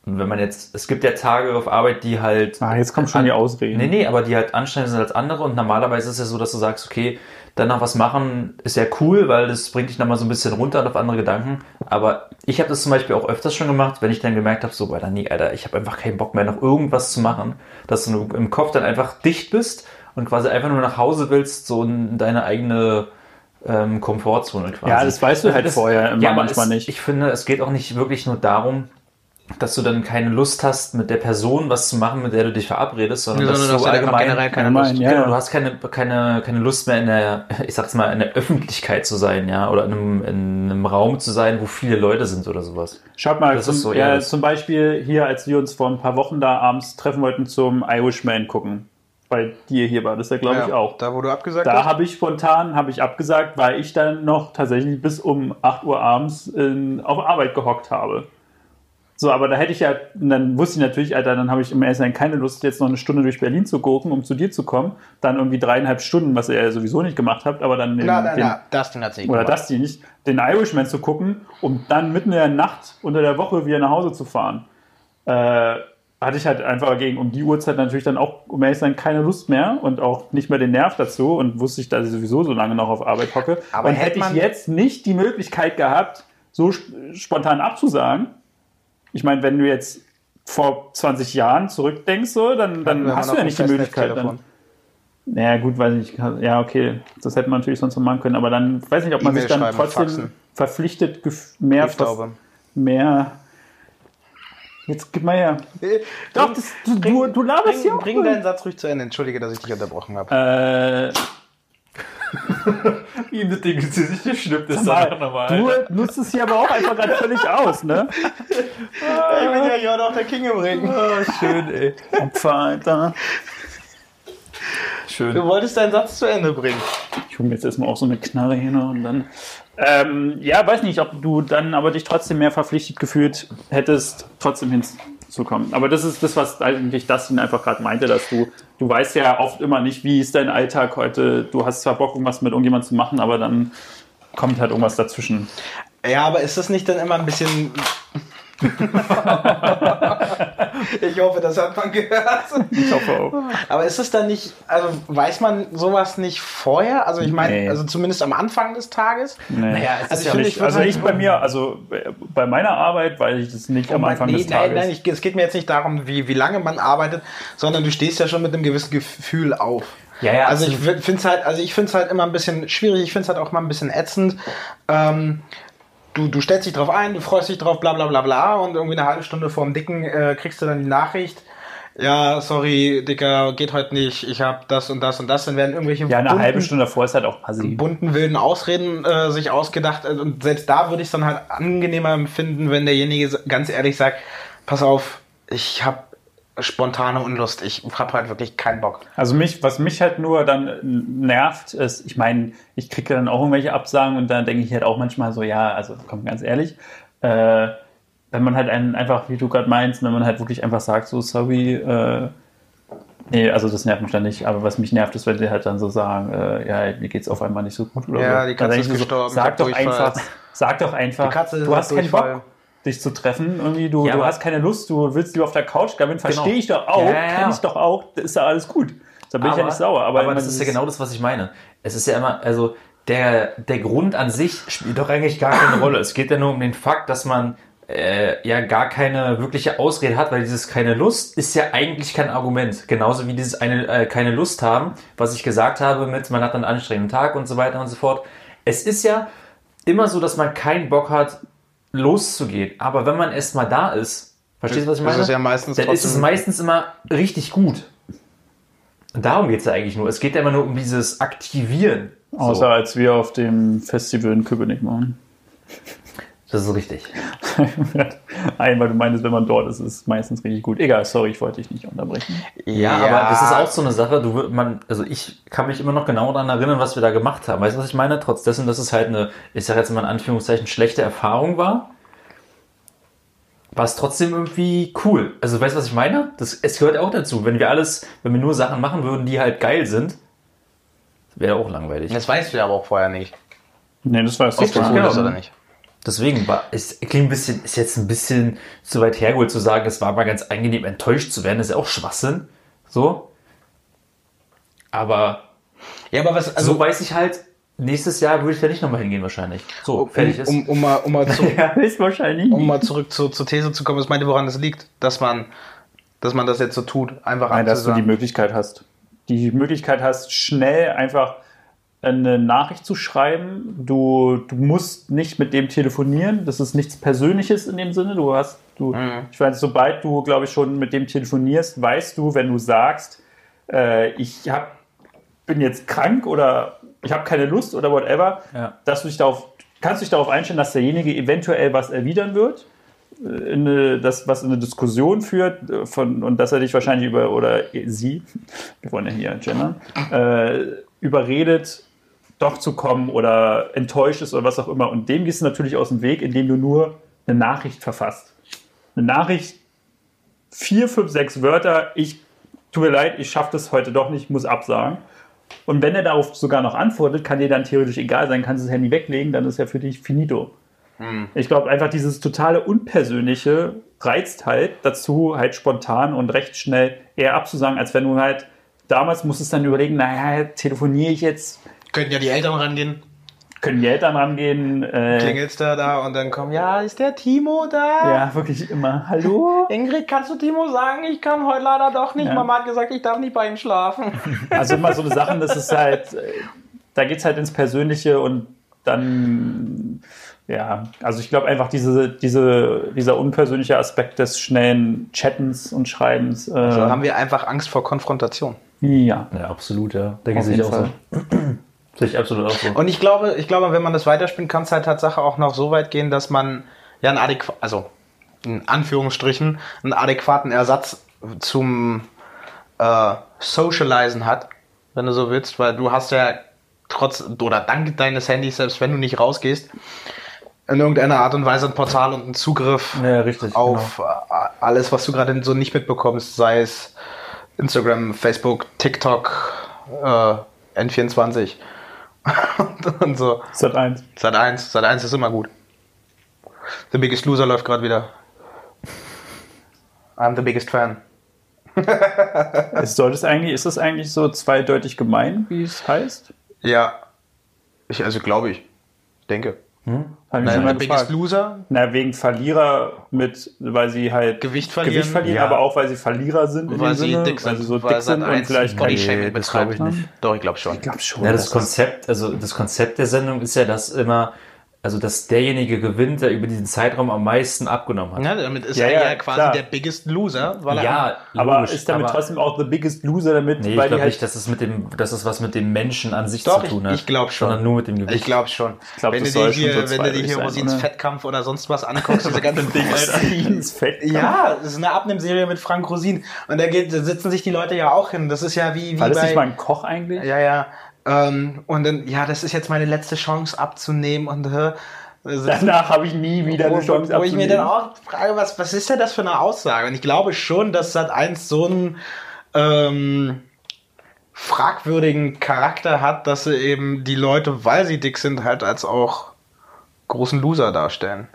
C: wenn man jetzt, es gibt ja Tage auf Arbeit, die halt.
B: Ah, jetzt kommt schon die Ausreden.
C: Nee, nee, aber die halt anstrengender sind als andere und normalerweise ist es ja so, dass du sagst, okay, danach was machen ist ja cool, weil das bringt dich nochmal so ein bisschen runter und auf andere Gedanken. Aber ich habe das zum Beispiel auch öfters schon gemacht, wenn ich dann gemerkt habe, so, weiter, nee, Alter, ich habe einfach keinen Bock mehr, noch irgendwas zu machen, dass du im Kopf dann einfach dicht bist und quasi einfach nur nach Hause willst, so in deine eigene ähm, Komfortzone quasi.
B: Ja, das weißt du halt vorher immer,
C: aber
B: manchmal
C: es,
B: nicht.
C: Ich finde, es geht auch nicht wirklich nur darum, dass du dann keine Lust hast, mit der Person was zu machen, mit der du dich verabredest, sondern,
D: Sondern
C: dass
D: dass
C: du
D: er einfach
C: allgemein
D: generell keine
B: Allgemein,
D: Lust.
B: ja.
C: Genau, du hast keine, keine, keine Lust mehr in der, (laughs) ich sag's mal, in der Öffentlichkeit zu sein, ja, oder in einem, in einem Raum zu sein, wo viele Leute sind oder sowas.
B: Schaut mal,
C: Das
B: zum,
C: ist so, ja,
B: ja,
C: das-
B: zum Beispiel hier, als wir uns vor ein paar Wochen da abends treffen wollten zum Irishman gucken. Bei dir hier war das ja, glaube ich,
D: Ja,
B: auch.
D: Da, wo du abgesagt
B: Da
D: hast.
B: habe ich spontan, habe ich abgesagt, weil ich dann noch tatsächlich bis um 8 Uhr abends in, auf Arbeit gehockt habe. So, aber da hätte ich ja, und dann wusste ich natürlich, Alter, dann habe ich im Essen keine Lust, jetzt noch eine Stunde durch Berlin zu gucken, um zu dir zu kommen. Dann irgendwie dreieinhalb Stunden, was ihr ja sowieso nicht gemacht habt, aber dann den,
D: Na, na,
B: den,
D: na, Dustin hat sie
B: oder das die nicht, den Irishman zu gucken, um dann mitten in der Nacht unter der Woche wieder nach Hause zu fahren. Äh, hatte ich halt einfach gegen um die Uhrzeit natürlich dann auch, um ehrlich zu sein, keine Lust mehr und auch nicht mehr den Nerv dazu und wusste ich, dass ich sowieso so lange noch auf Arbeit hocke.
D: Aber
B: und
D: hätte
B: hätte ich
D: man-
B: jetzt nicht die Möglichkeit gehabt, so sp- spontan abzusagen. Ich meine, wenn du jetzt vor 20 Jahren zurückdenkst, so, dann, dann hast du ja nicht die Möglichkeit. Dann, naja, gut, weiß ich. nicht. Ja, okay. Das hätte man natürlich sonst noch machen können. Aber dann weiß ich nicht, ob man
D: E-Mail
B: sich dann
D: schreiben,
B: trotzdem
D: faxen.
B: verpflichtet gef- mehr.
D: Ich glaube.
B: Mehr. Jetzt gib mal her. Doch, das, du, du, du laberst ja
D: Bring,
B: auch.
D: bring deinen Satz ruhig zu Ende. Entschuldige, dass ich dich unterbrochen
B: äh,
D: habe.
C: Ihm das Ding ins Gesicht geschnippt, ist
B: du nutzt es hier aber auch einfach gerade völlig aus, ne?
D: ich bin ja hier auch noch der King im Ring.
B: Ah,
C: schön, ey.
B: Opfer, Alter.
C: Schön.
D: Du wolltest deinen Satz zu Ende bringen.
B: Ich hole mir jetzt erstmal auch so eine Knarre hin und dann. Ähm, ja, weiß nicht, ob du dann aber dich trotzdem mehr verpflichtet gefühlt hättest, trotzdem hinzukommen. Aber das ist das, was eigentlich Dustin einfach gerade meinte, dass du, du weißt ja oft immer nicht, wie ist dein Alltag heute. Du hast zwar Bock, irgendwas mit irgendjemandem zu machen, aber dann kommt halt irgendwas dazwischen.
D: Ja, aber ist das nicht dann immer
B: (laughs)
D: ein bisschen. ich hoffe, das hat man gehört.
B: Ich hoffe auch.
D: Aber ist es dann nicht, also weiß man sowas nicht vorher? Also ich meine,
B: Nee.
D: also zumindest am Anfang des Tages.
B: Nee.
C: Naja, es
D: Also
C: ist
D: ich
C: ja
D: finde,
C: nicht.
D: ich würde
B: also
D: halt
B: ich bei mir, also bei meiner Arbeit weiß ich das nicht am
D: Man-
B: Anfang
D: Oh Um, nee,
B: des Tages.
D: Nein, nein, ich, es geht mir jetzt nicht darum, wie, wie lange man arbeitet, sondern du stehst ja schon mit einem gewissen Gefühl auf.
C: Ja, ja,
D: Also ich finde es halt, also ich find's halt immer ein bisschen schwierig, ich finde es halt auch mal ein bisschen ätzend. Ähm, du, du stellst dich drauf ein, du freust dich drauf, bla bla bla bla und irgendwie eine halbe Stunde vorm Dicken äh, kriegst du dann die Nachricht. Ja, sorry, Dicker, geht heute nicht. Ich habe das und das und das. Dann werden irgendwelche
B: ja, eine
D: bunten-
B: halbe Stunde davor ist halt auch passiv.
D: bunten wilden Ausreden äh, sich ausgedacht. Äh, Und selbst da würde ich es dann halt angenehmer empfinden, wenn derjenige s- ganz ehrlich sagt, pass auf, ich habe spontane Unlust, ich habe halt wirklich keinen Bock.
B: Also mich, was mich halt nur dann nervt, ist, ich meine, ich kriege dann auch irgendwelche Absagen und dann denke ich halt auch manchmal so, ja, also komm, ganz ehrlich, äh, wenn man halt einen einfach, wie du gerade meinst, wenn man halt wirklich einfach sagt, so, sorry, äh, nee, also das nervt mich dann nicht, aber was mich nervt, ist, wenn die halt dann so sagen, äh, ja, mir geht's auf einmal nicht so gut oder
D: Ja,
B: so.
D: die Katze
B: Dann denk
D: ist
B: ich mir
D: gestorben, ich hab
B: sag doch
D: Durchfall.
B: einfach, sag doch einfach,
D: Die Katze
B: du
D: hat
B: hast keinen
D: Durchfall.
B: Bock dich zu treffen, irgendwie du,
C: Ja,
B: du
C: aber-
B: hast keine Lust, du willst lieber auf der Couch gammeln, verstehe
C: Genau.
B: ich doch auch,
C: Ja, ja, ja.
B: kenn ich doch auch, da ist ja alles gut. Da bin ich ja nicht sauer, aber,
C: aber
B: immer
C: das ist ja
B: dieses-
C: genau das, was ich meine. Es ist ja immer, also der, der Grund an sich spielt doch eigentlich gar keine Rolle. Es geht ja nur um den Fakt, dass man äh, ja gar keine wirkliche Ausrede hat, weil dieses keine Lust ist ja eigentlich kein Argument. Genauso wie dieses eine äh, keine Lust haben, was ich gesagt habe mit man hat einen anstrengenden Tag und so weiter und so fort. Es ist ja immer so, dass man keinen Bock hat, loszugehen. Aber wenn man erstmal da ist, verstehst du, was ich
D: Das
C: meine?
D: ist ja meistens
C: dann ist es
D: trotzdem-
C: meistens immer richtig gut. Und darum geht es ja eigentlich nur. Es geht ja immer nur um dieses Aktivieren. So.
B: Außer als wir auf dem Festival in Köpenick waren. (laughs)
C: Das ist richtig.
B: Einmal, du meintest, wenn man dort ist, ist es meistens richtig gut. Egal, sorry, ich wollte dich nicht unterbrechen.
C: Ja, aber das ist auch so eine Sache, du wür- man, also ich kann mich immer noch genau daran erinnern, was wir da gemacht haben. Weißt du, was ich meine? Trotz dessen, dass es halt eine, ich sage jetzt mal in Anführungszeichen, schlechte Erfahrung war, war es trotzdem irgendwie cool. Also weißt du, was ich meine? Das, es gehört auch dazu. Wenn wir alles, wenn wir nur Sachen machen würden, die halt geil sind, wäre auch langweilig.
D: Das weißt du ja aber auch vorher nicht.
B: Nee, das war es
D: Ob du
C: Richtig,
D: cool
C: genau.
D: bist oder nicht.
C: Deswegen war es klingt ein bisschen, ist jetzt ein bisschen zu weit hergeholt zu sagen, es war mal ganz angenehm enttäuscht zu werden, das ist ja auch Schwachsinn. So. Aber
D: Ja, aber was, also,
C: so weiß ich halt, nächstes Jahr würde ich da nicht nochmal hingehen wahrscheinlich. So,
D: um,
C: fertig ist. (laughs)
D: um, um, mal, um, mal
B: (laughs)
D: zu,
B: Ja, ist wahrscheinlich
D: um
B: nicht.
D: mal zurück zu, zur These zu kommen, ich meinte, woran das liegt, dass man, dass man das jetzt so tut, einfach
B: Nein, dass du die
C: Also-
D: abzusagen.
B: Möglichkeit hast. Die Möglichkeit hast, schnell einfach eine Nachricht zu schreiben. Du, du musst nicht mit dem telefonieren. Das ist nichts Persönliches in dem Sinne. Du hast, du,
C: Mhm.
B: ich weiß, sobald du, glaube ich, schon mit dem telefonierst, weißt du, wenn du sagst, äh, ich hab, bin jetzt krank oder ich habe keine Lust oder whatever,
C: Ja.
B: dass du dich darauf, kannst du dich darauf einstellen, dass derjenige eventuell was erwidern wird Äh, in eine, das, was in eine Diskussion führt äh, von, und dass er dich wahrscheinlich über, oder sie, (laughs) wir wollen ja hier gendern, äh, überredet, doch zu kommen oder enttäuscht ist oder was auch immer. Und dem gehst du natürlich aus dem Weg, indem du nur eine Nachricht verfasst. Eine Nachricht, vier, fünf, sechs Wörter, ich tut mir leid, ich schaffe das heute doch nicht, muss absagen. Und wenn er darauf sogar noch antwortet, kann dir dann theoretisch egal sein, kannst du das Handy weglegen, dann ist ja für dich finito. Ich glaube einfach dieses totale Unpersönliche reizt halt dazu, halt spontan und recht schnell eher abzusagen, als wenn du halt damals musstest dann überlegen, naja, telefoniere ich jetzt,
D: Könnten ja die Eltern rangehen,
B: können die Eltern rangehen? Äh,
D: klingelst da da und dann kommen, ja, ist der Timo da?
B: ja, wirklich immer. Hallo?
D: Ingrid, kannst du Timo sagen, ich kann heute leider doch nicht.
B: Ja.
D: Mama hat gesagt, ich darf nicht bei ihm (laughs) schlafen.
B: Also immer so eine Sachen, das ist halt, äh, da geht es halt ins Persönliche und dann, ja, also ich glaube einfach diese, diese, dieser unpersönliche Aspekt des schnellen Chattens und Schreibens. Äh,
D: Also haben wir einfach Angst vor Konfrontation.
B: ja.
C: Ja, absolut, ja. Da
B: Auf
C: sehe ich
B: jeden
C: auch so. Sehe ich absolut auch so.
D: Und ich glaube, ich glaube, wenn man das weiterspinnt, kann es halt Tatsache auch noch so weit gehen, dass man ja einen adäquaten, also in Anführungsstrichen, einen adäquaten Ersatz zum äh, Socializen hat, wenn du so willst, weil du hast ja trotz oder dank deines Handys, selbst wenn du nicht rausgehst, in irgendeiner Art und Weise ein Portal und einen Zugriff
C: Ja, richtig,
D: auf äh, alles, was du gerade so nicht mitbekommst, sei es Instagram, Facebook, TikTok, äh, N24 und, (laughs) und so.
B: Set 1.
D: Sat 1, Sat 1 ist immer gut. The Biggest Loser läuft gerade wieder. I'm the biggest fan.
B: Es soll das eigentlich, ist das eigentlich so zweideutig gemein, wie es heißt?
D: Ja. Ich, also glaube ich. Denke.
B: Hab ich mich
D: Nein,
B: schon mal
D: the biggest
B: gefragt.
D: Loser?
B: Na, wegen Verlierer mit, weil sie halt
D: Gewicht verlieren.
B: Gewicht verlieren
C: Ja.
B: aber auch weil sie Verlierer sind in dem
D: Weil sie
B: Sinne,
D: also dick sind.
B: weil sie so
D: weil
B: dick sind und
D: Sat.1
B: vielleicht
D: Body
B: kein
D: Shaming
C: Nee, das
D: betreibt. ne?
C: glaub ich nicht.
D: Doch, ich glaube schon.
B: glaub schon.
C: genau. Ja, das Konzept, also das Konzept der Sendung ist ja, dass immer, also dass derjenige gewinnt, der über diesen Zeitraum am meisten abgenommen hat.
D: Ja, Ne, damit ist
B: Ja,
D: er
B: ja,
D: ja quasi
B: klar.
D: der biggest Loser. Weil
C: Ja,
B: aber
C: logisch,
B: ist damit
C: aber-
B: trotzdem auch the biggest loser damit,
C: Nee, ich
B: weil die
C: glaube
B: halt
C: nicht, dass es mit dem, dass es was mit dem Menschen an sich
D: Doch,
C: zu tun
D: ich-
C: hat.
D: ich glaub schon.
C: Sondern nur mit dem
D: Er, ich
C: Gewicht.
D: glaube schon.
B: glaub,
D: wenn du
B: das
D: dir
B: soll schon
D: hier,
B: so
D: wenn du dir
B: zweideutig
D: hier
B: sein,
D: Rosins
B: oder?
D: Fettkampf oder sonst was
B: (laughs)
D: anguckst, diese ganzen Dinge,
B: halt
C: (laughs)
B: ins Fett kommt.
D: (laughs) Ja, das ist eine Abnehmserie mit Frank Rosin. Und da, geht, da sitzen sich die Leute ja auch hin. Das ist ja wie, wie
B: War das
D: bei...
B: nicht mal ein Koch eigentlich?
D: ja, ja. Ähm, und dann, ja, das ist jetzt meine letzte Chance abzunehmen. Und äh, da sitzen-
B: Danach habe ich nie wieder eine
D: wo,
B: Chance
D: wo ich mir
B: abzunehmen.
D: dann auch frage, was, was ist denn das für eine Aussage? Und ich glaube schon, dass Sat 1 so einen ähm, fragwürdigen Charakter hat, dass sie eben die Leute, weil sie dick sind, halt als auch großen Loser darstellen.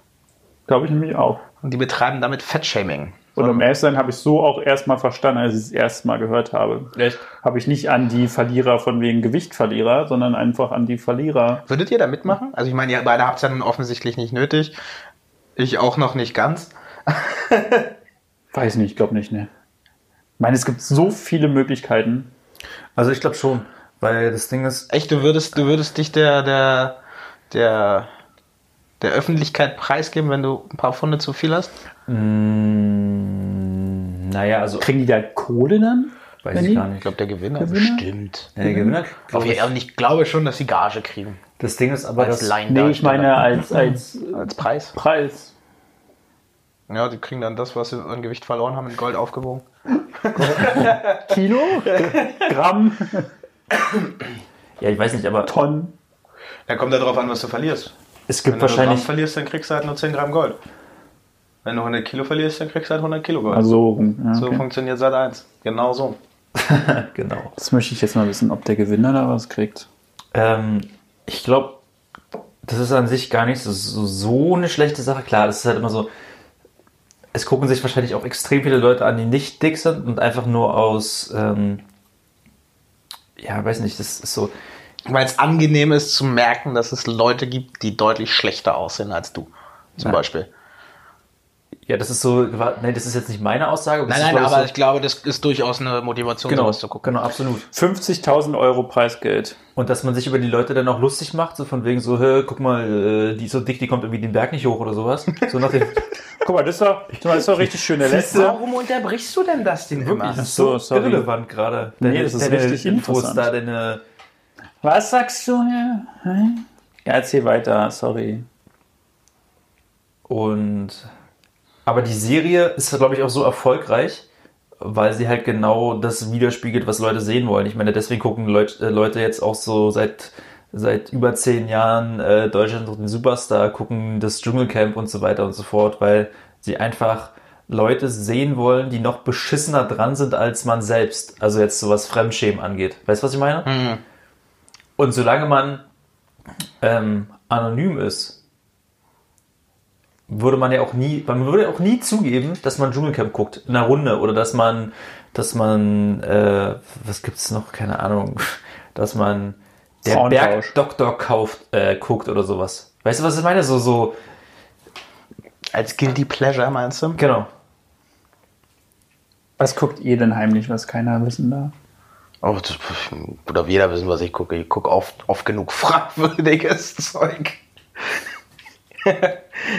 B: Glaube ich nämlich auch.
D: Und die betreiben damit Fettshaming.
B: Und um ehrlich zu sein, habe ich so auch erstmal verstanden, als ich es das erste Mal gehört habe.
C: Echt?
B: Habe ich nicht an die Verlierer von wegen Gewichtverlierer, sondern einfach an die Verlierer.
D: Würdet ihr da mitmachen? Also ich meine, ihr beide habt es ja nun offensichtlich nicht nötig. Ich auch noch nicht ganz.
B: Weiß nicht, glaube nicht, ne. Ich meine, es gibt so viele Möglichkeiten.
C: Also ich glaube schon, weil das Ding ist,
D: Echt, du würdest, du würdest dich der, der, der, der Öffentlichkeit preisgeben, wenn du ein paar Funde zu viel hast?
C: naja, also
B: Kriegen die da Kohle dann?
C: weiß
B: Wenn
C: ich
B: die-
C: gar
D: Ich
C: nicht. Mhm.
D: glaube, der Gewinner,
B: Gewinner?
D: bestimmt.
C: Ja, der Gewinner.
D: Auf jeden- Und ich glaube schon, dass sie Gage kriegen.
C: Das Ding ist aber,
D: Als
C: dass
B: Nee, ich meine
D: Laiendarsteller.
B: als, als
D: Als Preis.
B: Preis.
D: äh, Ja, die kriegen dann das, was sie an Gewicht verloren haben, in Gold aufgewogen.
B: Kilo?
D: (laughs)
B: Gramm?
C: ja, ich weiß nicht, aber
B: Tonnen?
D: Dann kommt darauf an, was du verlierst.
C: es
D: Wenn
C: gibt
D: du Gramm
C: wahrscheinlich
D: verlierst, dann kriegst du halt nur 10 Gramm Gold. Wenn du 100 Kilo verlierst, dann kriegst du halt 100 Kilo Gold.
B: Also, rum, ja,
D: So
B: okay.
D: funktioniert Sat 1. Genau so.
C: genau.
B: Das möchte ich jetzt mal wissen, ob der Gewinner da was kriegt.
C: Ähm, ich glaube, das ist an sich gar nicht so, so, so eine schlechte Sache. Klar, das ist halt immer so. Es gucken sich wahrscheinlich auch extrem viele Leute an, die nicht dick sind und einfach nur aus, ähm, ja, weiß nicht, das ist so.
D: Weil es angenehm ist zu merken, dass es Leute gibt, die deutlich schlechter aussehen als du. Zum
C: Nein.
D: Beispiel.
C: Ja, das ist so, war- nee, das ist jetzt nicht meine Aussage.
D: Nein,
C: das ist,
D: nein,
C: glaub
D: aber
C: ich,
D: ich glaube, das ist durchaus eine
C: so,
D: Motivation,
C: genau,
D: sowas zu gucken.
C: genau, absolut.
B: 50.000 Euro Preisgeld.
C: Und dass man sich über die Leute dann auch lustig macht, so von wegen so, hä, guck mal, äh, die ist so dick, die kommt irgendwie den Berg nicht hoch oder sowas. So nach
D: (laughs)
C: dem,
B: Guck mal, das war, das ist doch richtig schön. Der letzte.
D: Warum unterbrichst du denn das denn
C: wirklich, das ist
B: So,
C: so,
B: sorry.
C: irrelevant gerade.
B: Nee, das ist richtig
C: Infos
B: interessant.
C: da, deine,
B: Was sagst du hier? Hm? Ja, erzähl weiter, sorry.
C: Und aber die Serie ist, glaube ich, auch so erfolgreich, weil sie halt genau das widerspiegelt, was Leute sehen wollen. Ich meine, deswegen gucken Leut, äh, Leute jetzt auch so seit seit über zehn Jahren äh, Deutschland sucht den Superstar, gucken das Dschungelcamp und so weiter und so fort, weil sie einfach Leute sehen wollen, die noch beschissener dran sind als man selbst. Also jetzt so was Fremdschämen angeht. Weißt du, was ich meine? Und solange man ähm, anonym ist, würde man ja auch nie, man würde ja auch nie zugeben, dass man Dschungelcamp guckt in einer Runde oder dass man, dass man, äh, was gibt's noch, keine Ahnung, (laughs) dass man der
B: Frauentausch.
C: Bergdoktor kauft, äh, guckt oder sowas. Weißt du, was ich meine? So, so,
D: Als Guilty Pleasure meinst du?
C: genau.
B: Was guckt ihr denn heimlich, was keiner wissen darf?
D: Oh, das pf, gut, darf jeder wissen, was ich gucke. Ich gucke oft, oft genug fragwürdiges (laughs) Zeug.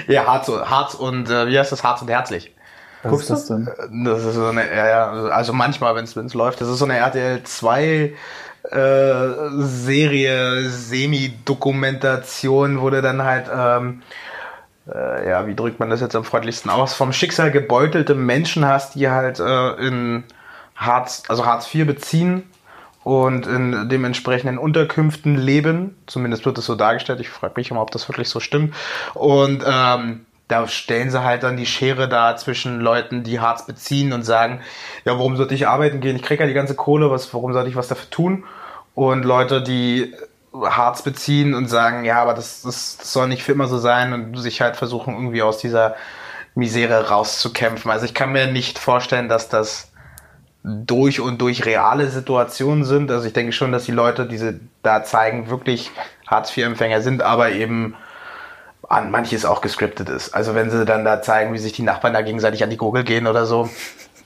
D: ja, Harz und, Harz und äh, wie heißt das? Harz und Herzlich.
B: Was
C: Guckst
B: ist das denn?
D: Das ist so eine, ja, ja, also manchmal, wenn es läuft, das ist so eine RTL 2 äh, Serie, Semi-Dokumentation, wurde dann halt, ähm, äh, ja, wie drückt man das jetzt am freundlichsten aus, vom Schicksal gebeutelte Menschen hast, die halt äh, in Hartz, also Hartz IV beziehen und in dementsprechenden Unterkünften leben. Zumindest wird es so dargestellt. Ich frage mich immer, ob das wirklich so stimmt. Und ähm, da stellen sie halt dann die Schere da zwischen Leuten, die Hartz beziehen und sagen, ja, warum sollte ich arbeiten gehen? Ich kriege ja die ganze Kohle, was, warum sollte ich was dafür tun? Und Leute, die Harz beziehen und sagen, ja, aber das, das, das soll nicht für immer so sein und sich halt versuchen, irgendwie aus dieser Misere rauszukämpfen. Also ich kann mir nicht vorstellen, dass das durch und durch reale Situationen sind. Also ich denke schon, dass die Leute, die sie da zeigen, wirklich Hartz-IV-Empfänger sind, aber eben an manches auch gescriptet ist. Also wenn sie dann da zeigen, wie sich die Nachbarn da gegenseitig an die Gurgel gehen oder (laughs) so,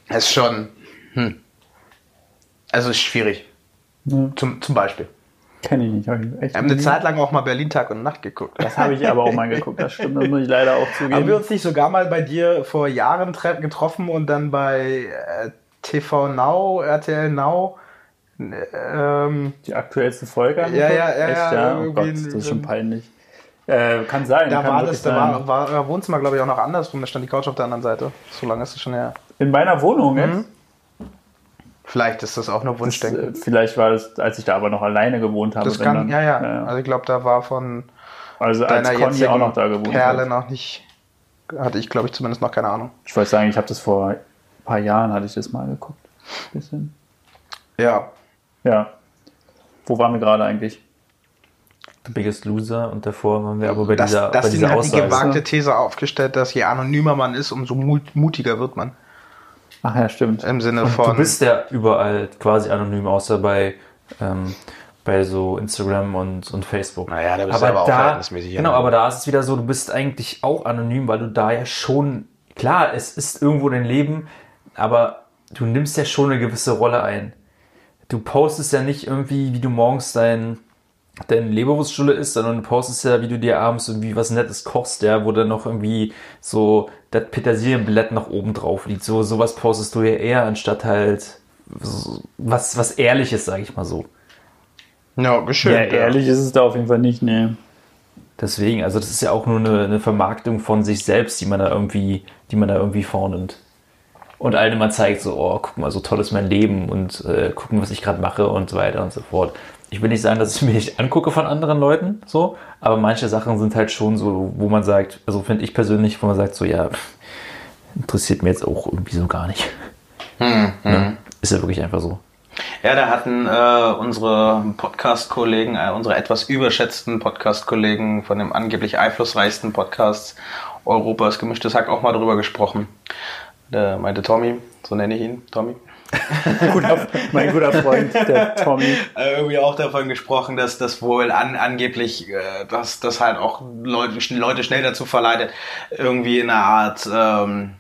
D: ist schon, hm. also ist schwierig. Zum, zum Beispiel.
B: Kenn ich nicht. Hab ich echt
D: Wir haben eine
B: nie-
D: Zeit lang auch mal Berlin Tag und Nacht geguckt.
B: Das habe ich aber auch mal geguckt, das stimmt, das muss ich leider auch
D: Haben wir
B: zugeben.
D: uns nicht sogar mal bei dir vor Jahren tre- getroffen und dann bei äh, TV Now, RTL Now? n- Ähm,
B: Die aktuellste Folge
D: Ja, ja, ja,
B: Echt, ja?
D: ja,
B: Oh
D: irgendwie
B: Gott, das ist schon
D: ein-
B: peinlich. Äh, kann sein,
D: da
B: kann
D: war
B: wirklich
D: das, da
B: sein.
D: war, war euer Wohnzimmer, glaube ich, auch noch andersrum. Da stand die Couch auf der anderen Seite. So lange ist es schon her.
B: In meiner Wohnung
D: Mhm.
B: jetzt?
D: Vielleicht ist das auch nur
B: Das,
D: Wunschdenken.
B: äh, vielleicht war das, als ich da aber noch alleine gewohnt habe.
D: Das,
B: wenn
D: kann,
B: dann-
D: ja, ja, Also ich glaube, da war von
B: Also als
D: deiner
B: Conny
D: jetzigen
B: auch noch da gewohnt
D: Perle
B: hat.
D: noch nicht, hatte ich, glaube ich, zumindest noch keine Ahnung.
B: Ich wollte sagen, ich habe das vor ein paar Jahren, hatte ich das mal geguckt. Bisschen.
D: Ja.
B: Ja. Wo waren wir gerade eigentlich?
C: The Biggest Loser und davor waren wir aber bei
D: Das,
C: dieser, bei
D: das
C: dieser
D: hat die
C: Aussage.
B: ne?
D: gewagte These aufgestellt, dass je anonymer man ist, umso mut- mutiger wird man.
B: Ach ja, stimmt.
D: Im Sinne
C: Und
D: von.
C: du bist ja überall quasi anonym, außer bei, ähm, bei so Instagram und, und Facebook.
D: Naja, da bist du aber auch verhältnismäßig
C: Genau,
D: anonym.
C: aber da ist es wieder so, du bist eigentlich auch anonym, weil du da ja schon, klar, es ist irgendwo dein Leben, aber du nimmst ja schon eine gewisse Rolle ein. Du postest ja nicht irgendwie, wie du morgens dein, dein Leberwurststulle isst, sondern du postest ja, wie du dir abends irgendwie was Nettes kochst, ja, wo dann noch irgendwie so das Petersilienblatt noch oben drauf liegt. So, sowas postest du ja eher, anstatt halt so, was, was Ehrliches, sag ich mal so.
D: Ja, geschön.
B: Ja, ehrlich ist es da auf jeden Fall nicht, ne.
C: Deswegen, also das ist ja auch nur eine, eine Vermarktung von sich selbst, die man da irgendwie, die man da irgendwie vornimmt. Und allen immer zeigt so, oh, guck mal, so toll ist mein Leben und äh, gucken, was ich gerade mache und so weiter und so fort. Ich will nicht sagen, dass ich mir nicht angucke von anderen Leuten, so, aber manche Sachen sind halt schon so, wo man sagt, also finde ich persönlich, wo man sagt so, ja, pff, interessiert mir jetzt auch irgendwie so gar nicht. Ne? Ist ja wirklich einfach so.
E: Ja, da hatten äh, unsere Podcast-Kollegen, äh, unsere etwas überschätzten Podcast-Kollegen von dem angeblich einflussreichsten Podcast Europas, Gemischtes Hack, auch mal drüber gesprochen. Da meinte Tommy, so nenne ich ihn, Tommy.
B: Guter, mein guter Freund, der Tommy.
E: äh, irgendwie auch davon gesprochen, dass das wohl an, angeblich, äh, dass das halt auch Leute, schn- Leute schnell dazu verleitet, irgendwie in einer Art ähm,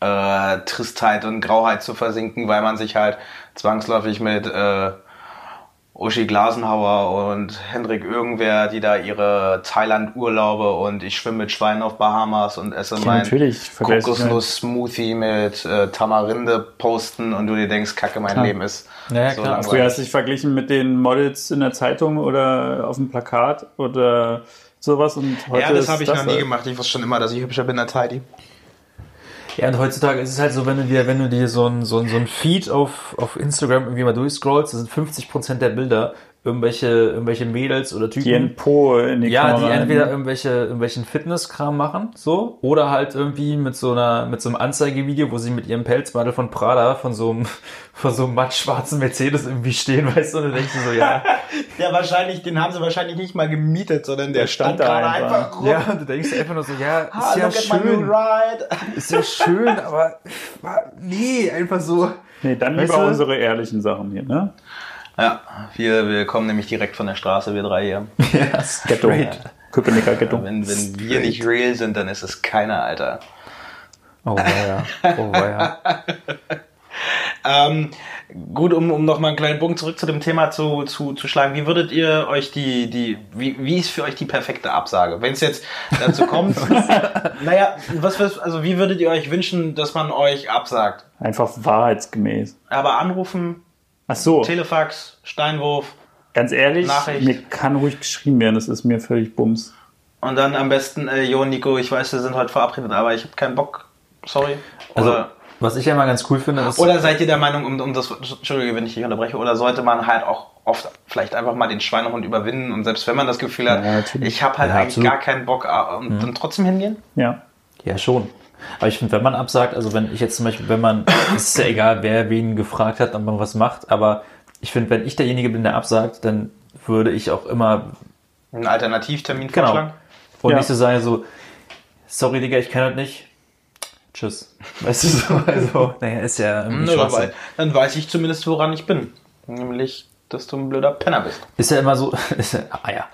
E: äh, Tristheit und Grauheit zu versinken, weil man sich halt zwangsläufig mit äh, Uschi Glasenhauer und Hendrik Irgendwer, die da ihre Thailand-Urlaube und ich schwimme mit Schweinen auf Bahamas und esse mein
B: natürlich, vergleichsweise.
E: Kokosnuss-Smoothie mit äh, Tamarinde posten und du dir denkst, kacke, mein Leben ist
C: Ja,
E: so
B: Früher
C: klar.
E: langweilig.
B: hast du dich verglichen mit den Models in der Zeitung oder auf dem Plakat oder sowas und heute
E: Ja, das halt.
B: ist
E: habe ich noch nie
B: äh,
E: gemacht. Ich wusste schon immer, dass ich hübscher bin als Heidi.
C: Ja, und heutzutage ist es halt so, wenn du dir, wenn du dir so ein, so ein, so ein Feed auf, auf Instagram irgendwie mal durchscrollst, da sind 50% der Bilder irgendwelche, irgendwelche Mädels oder Typen.
B: Die einen Po in die
C: ja, die
B: Kamera
C: entweder
B: halten.
C: irgendwelche, irgendwelchen Fitnesskram machen, so, oder halt irgendwie mit so einer, mit so einem Anzeigevideo, wo sie mit ihrem Pelzmantel von Prada von so einem, (laughs) von so einem mattschwarzen Mercedes irgendwie stehen, weißt du, und dann denkst du
B: (laughs)
C: so, ja,
E: Ja, wahrscheinlich, den haben sie wahrscheinlich nicht mal gemietet, sondern der
B: stand da einfach.
E: rum.
C: ja, und du denkst einfach nur so, ja, ist
E: Ah,
C: ja
E: look at my new
C: schön,
E: ride.
C: ist ja schön, aber, (laughs) nee, einfach so.
B: Nee, dann
C: Weißt
B: lieber
C: du?
B: unsere ehrlichen Sachen hier, ne?
E: Ja, wir, wir kommen nämlich direkt von der Straße, wir drei hier.
C: Ja,
B: Ghetto. Köpenicker Ghetto.
E: Wenn, wenn wir nicht real sind, dann ist es keiner, Alter.
C: Oh, weia, oh, weia.
E: Ähm, gut, um, um nochmal einen kleinen Bogen zurück zu dem Thema zu, zu, zu schlagen. Wie würdet ihr euch die, die wie, wie ist für euch die perfekte Absage? Wenn es jetzt dazu (laughs) kommt, naja, was, was, also wie würdet ihr euch wünschen, dass man euch absagt?
B: Einfach wahrheitsgemäß.
E: Aber anrufen,
B: Ach so,
E: Telefax, Steinwurf
B: ganz ehrlich,
E: Nachricht.
B: mir kann ruhig geschrieben werden, das ist mir völlig bums.
E: und dann am besten, äh, Jo, Nico, ich weiß, wir sind heute verabredet, aber ich habe keinen Bock. Sorry.
C: Also,
E: oder,
C: was ich ja mal ganz cool finde, ist,
E: oder seid ihr der Meinung, um, um das, Entschuldige, wenn ich dich unterbreche, oder sollte man halt auch oft vielleicht einfach mal den Schweinehund überwinden und selbst wenn man das Gefühl hat,
B: Ja, natürlich.
E: ich habe halt
C: Ja,
E: eigentlich
C: absolut. Mhm.
E: gar keinen Bock ah, und dann trotzdem hingehen?
B: Ja.
C: Ja, schon. Aber ich finde, wenn man absagt, also wenn ich jetzt zum Beispiel, wenn man, es ist ja egal, wer wen gefragt hat, ob man was macht, aber ich finde, wenn ich derjenige bin, der absagt, dann würde ich auch immer,
E: Einen Alternativtermin
C: Genau.
E: vorschlagen?
C: und
B: Ja.
C: nicht so sagen, so, sorry, Digga, ich kann das nicht. Tschüss. Weißt du, so, also, naja, ist ja irgendwie
E: Nö,
C: Schwachsinn.
E: weil, dann weiß ich zumindest, woran ich bin. Nämlich, dass du ein blöder Penner bist.
C: Ist ja immer so, (laughs) ist ja, Eier.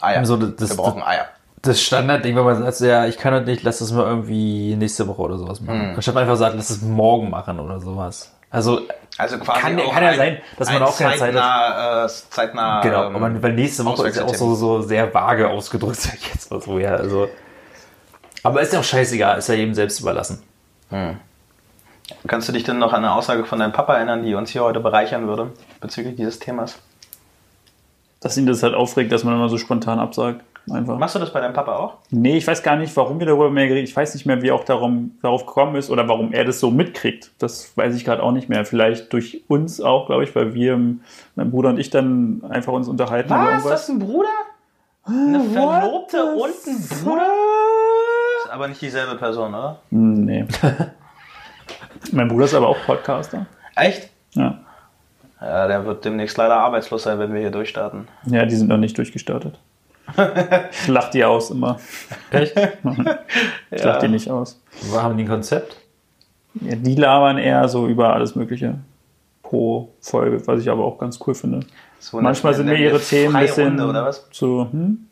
E: Eier.
C: So, Also, das,
E: Ah Wir
C: das,
E: brauchen Eier.
C: das Standardding, wenn man sagt, so, ja, ich kann das nicht, lass das mal irgendwie nächste Woche oder sowas
E: Hm.
C: machen. Anstatt einfach sagen, lass es morgen machen oder sowas. Also,
E: Also quasi
C: Kann ja-
E: auch
C: kann ja
E: ein-
C: sein, dass man
E: ein
C: auch keine Zeit
E: zeitnah, Zeit Äh, zeitnah,
C: Genau,
E: ähm,
C: aber weil nächste Woche ist ja auch so,
E: Auswechseltermin.
C: so sehr vage ausgedrückt, (laughs) sag ich jetzt mal so, ja, also. Aber ist ja auch scheißegal, ist ja jedem selbst überlassen.
E: Kannst du dich denn noch an eine Aussage von deinem Papa erinnern, die uns hier heute bereichern würde bezüglich dieses Themas?
B: Dass ihn das halt aufregt, dass man immer so spontan absagt. Einfach.
E: Machst du das bei deinem Papa auch?
B: Nee, ich weiß gar nicht, warum wir darüber mehr geredet. Ich weiß nicht mehr, wie er auch darum, darauf gekommen ist oder warum er das so mitkriegt. Das weiß ich gerade auch nicht mehr. Vielleicht durch uns auch, glaube ich, weil wir, ähm, mein Bruder und ich, dann einfach uns unterhalten über
E: Was?
B: irgendwas.
E: Das ist ein Bruder? Eine Verlobte und ein Bruder? Ist aber nicht dieselbe Person, oder?
B: Hm,
E: (laughs)
B: Nee. mein Bruder ist aber auch Podcaster.
E: Echt?
B: Ja.
E: Ja, der wird demnächst leider arbeitslos sein, wenn wir hier durchstarten.
B: ja, die sind noch nicht durchgestartet. Ich lach die aus immer.
C: Echt?
B: Ich lach die nicht aus.
C: Wir haben die ein Konzept. (laughs)
B: Ja, die labern eher so über alles Mögliche pro Folge, was ich aber auch ganz cool finde.
E: So eine-
B: Manchmal sind
E: eine-
B: mir ihre
E: eine
B: Themen ein
E: freie
B: bisschen
E: Runde, oder was?
B: so, hm,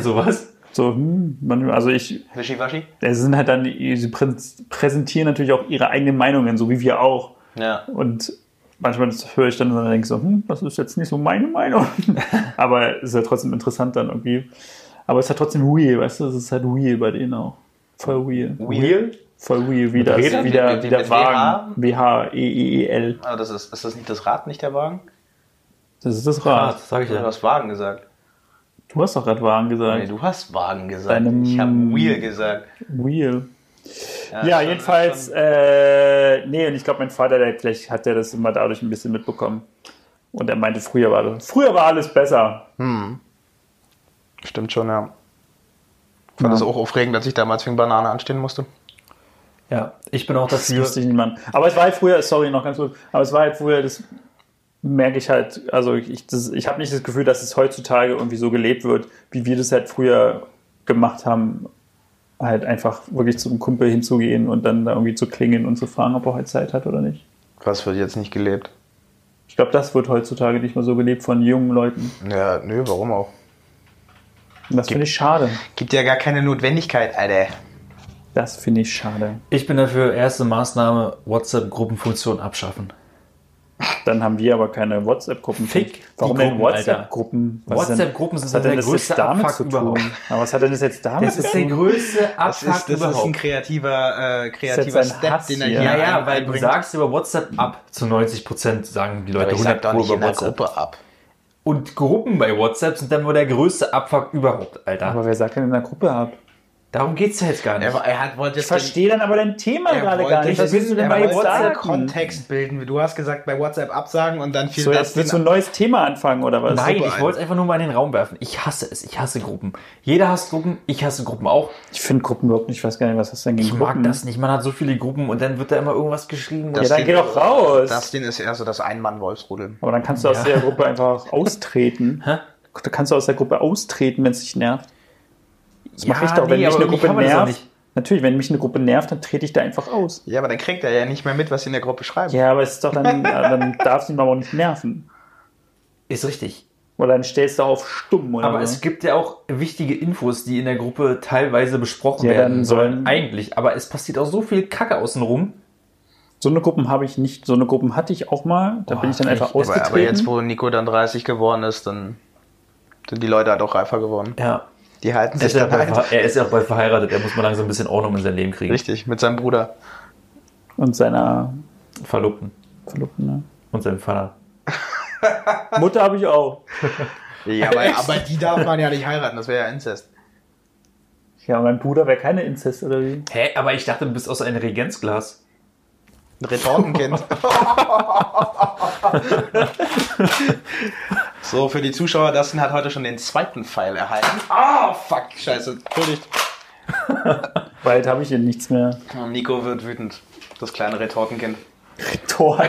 C: Sowas.
B: So, hm, man, also ich,
E: Wischiwaschi?
B: es sind halt dann, sie prä- präsentieren natürlich auch ihre eigenen Meinungen, so wie wir auch.
E: Ja.
B: Und manchmal das höre ich dann und dann denke ich so, hm, das ist jetzt nicht so meine Meinung. Aber ist ja trotzdem interessant dann irgendwie. Aber es ist ja trotzdem real, weißt du, es ist halt real bei denen auch. Voll real.
E: Wheel?
B: Voll real, wie das,
E: Rädern?
B: wie der,
E: Mit-
B: wie
E: mit-
B: der
E: mit
B: Wagen. E W-H-E-E-E-L.
E: Ah, das ist, ist das nicht das Rad, nicht der Wagen?
B: Das ist das
C: Ah,
B: Rad.
C: das sag ich
E: Du
C: ja.
E: hast Wagen gesagt.
B: Du hast doch gerade Wagen
E: Nee,
B: gesagt.
E: du hast Wagen gesagt.
B: Halt. Deinem-
E: ich habe Wheel gesagt.
B: Real.
E: Ja,
B: Ja,
E: schon-
B: jedenfalls,
E: schon-
B: äh, nee, und ich glaube, mein Vater, der, vielleicht hat der das immer dadurch ein bisschen mitbekommen. Und er meinte, früher war, das- früher war alles besser.
E: Stimmt schon, ja. Fand das auch aufregend, als ich damals wegen Banane anstehen musste.
C: Ja, ich bin auch
B: Das
C: dafür.
B: wusste ich niemand. Aber es war halt früher, sorry, noch ganz kurz, aber es war halt früher, das merke ich halt, also ich, das- ich habe nicht das Gefühl, dass es heutzutage irgendwie so gelebt wird, wie wir das halt früher gemacht haben. Halt einfach wirklich zum Kumpel hinzugehen und dann da irgendwie zu klingeln und zu fragen, ob er heute Zeit hat oder nicht.
E: Was wird jetzt nicht gelebt?
B: Ich glaube, das wird heutzutage nicht mehr so gelebt von jungen Leuten.
E: Ja, nö, warum auch?
B: Und das finde ich schade.
E: Gibt ja gar keine Notwendigkeit, Alter.
B: Das finde ich schade.
C: Ich bin dafür, erste Maßnahme, WhatsApp-Gruppenfunktion abschaffen.
B: Dann haben wir aber keine WhatsApp-Gruppen.
C: Fick
B: Warum
C: die
B: denn
C: Gruppen, Alter.
B: WhatsApp-Gruppen? Was ist denn-
C: WhatsApp-Gruppen sind
B: was hat
C: der
B: denn das jetzt
C: größte
B: damit
C: Abfuck
B: zu tun?
C: überhaupt.
B: Aber was hat denn das jetzt damit
C: Das
B: zu
C: ist
B: tun?
C: der größte
E: Das ist,
C: Abfuck
E: das ist ein
C: überhaupt.
E: kreativer, äh, kreativer
B: Das ist ein
E: Step,
B: Hass
E: den er
B: hier.
E: hier
C: Ja, ja, weil du
E: einbringt.
C: sagst über WhatsApp ab zu 90 Prozent, sagen die Leute
E: Aber ich
C: 100
E: sag doch
C: Pro
E: nicht
C: über
E: in der
C: WhatsApp.
E: Gruppe ab.
C: Und Gruppen bei WhatsApp sind dann wohl der größte Abfuck überhaupt, Alter.
B: aber wer sagt denn in der Gruppe ab?
C: Darum geht's ja jetzt gar nicht.
E: Er, er hat, wollte
B: Ich
E: jetzt
B: verstehe dann aber dein Thema
E: Er
B: gerade
E: wollte
B: gar nicht. Was
E: das-
B: willst du denn
E: er
B: bei
E: wollte
B: WhatsApp?
E: einen Kontext bilden. Du hast gesagt, bei WhatsApp absagen und dann fiel
B: So,
E: das
B: jetzt willst du ein neues Thema anfangen oder was?
C: Nein,
E: super
C: ich
E: ein.
C: wollte es einfach nur mal in den Raum werfen. Ich hasse es. Ich hasse Gruppen. Jeder hasst Gruppen. Ich hasse Gruppen auch.
B: Ich finde Gruppen überhaupt nicht. Ich weiß gar nicht, was hast du denn gegen
C: Ich
B: Gruppen?
C: mag das nicht. Man hat so viele Gruppen und dann wird da immer irgendwas geschrieben.
B: Ja,
E: Das
B: dann
E: Ding-
B: geh doch raus.
E: Das Ding ist eher so das Ein-Mann-Wolfsrudel.
B: Aber dann kannst du aus
C: Ja.
B: der Gruppe einfach austreten.
C: (laughs) Hä?
B: Da kannst du aus der Gruppe austreten, wenn es dich nervt. Das mache ich
C: Ja,
B: doch. Wenn
C: nee,
B: mich
C: aber
B: eine
C: irgendwie
B: Gruppe
C: kann man das auch
B: nervt,
C: nicht.
B: natürlich, wenn mich eine Gruppe nervt, dann trete ich da einfach aus.
E: Ja, aber dann kriegt er ja nicht mehr mit, was sie in der Gruppe schreiben.
B: Ja, aber es ist doch
C: (laughs)
B: dann, dann darf es ihn aber auch nicht nerven.
C: Ist richtig.
B: Oder dann stellst du auf stumm oder
C: Aber
B: so.
C: es gibt ja auch wichtige Infos, die in der Gruppe teilweise besprochen
B: Ja,
C: werden
B: dann
C: sollen.
B: sollen-
C: Eigentlich. Aber es passiert auch so viel Kacke außenrum.
B: So eine Gruppen habe ich nicht. So eine Gruppen hatte ich auch mal. Da
C: Boah,
B: bin ich dann
C: echt?
B: einfach
C: Aber-
E: aber,
B: ausgetreten.
E: aber jetzt, wo Nico dann 30 geworden ist, dann sind die Leute halt auch reifer geworden.
C: Ja.
E: Die halten
C: Er
E: sich
C: ist, ja
E: dann
C: bald,
E: halt.
C: ver- er ist ja auch bald verheiratet. Er muss mal langsam ein bisschen Ordnung in sein Leben kriegen.
E: Richtig, mit seinem Bruder.
B: Und seiner
C: Verlobten.
B: Verlobten. Ne?
C: Und seinem Vater.
B: Mutter habe ich auch.
E: Ja, aber, aber die darf man ja nicht heiraten, das wäre ja Inzest.
B: Ja, mein Bruder wäre keine Inzest oder wie?
C: Hä? Aber ich dachte, du bist aus einem Regenzglas.
B: (laughs)
E: Ein (laughs) Retortenkind. so, für die Zuschauer, Dustin hat heute schon den zweiten Pfeil erhalten. Ah, fuck, scheiße, entschuldigt.
B: Bald habe ich hier nichts mehr.
E: Und Nico wird wütend. Das kleine Retortenkind.
B: Äh. Tor. (laughs)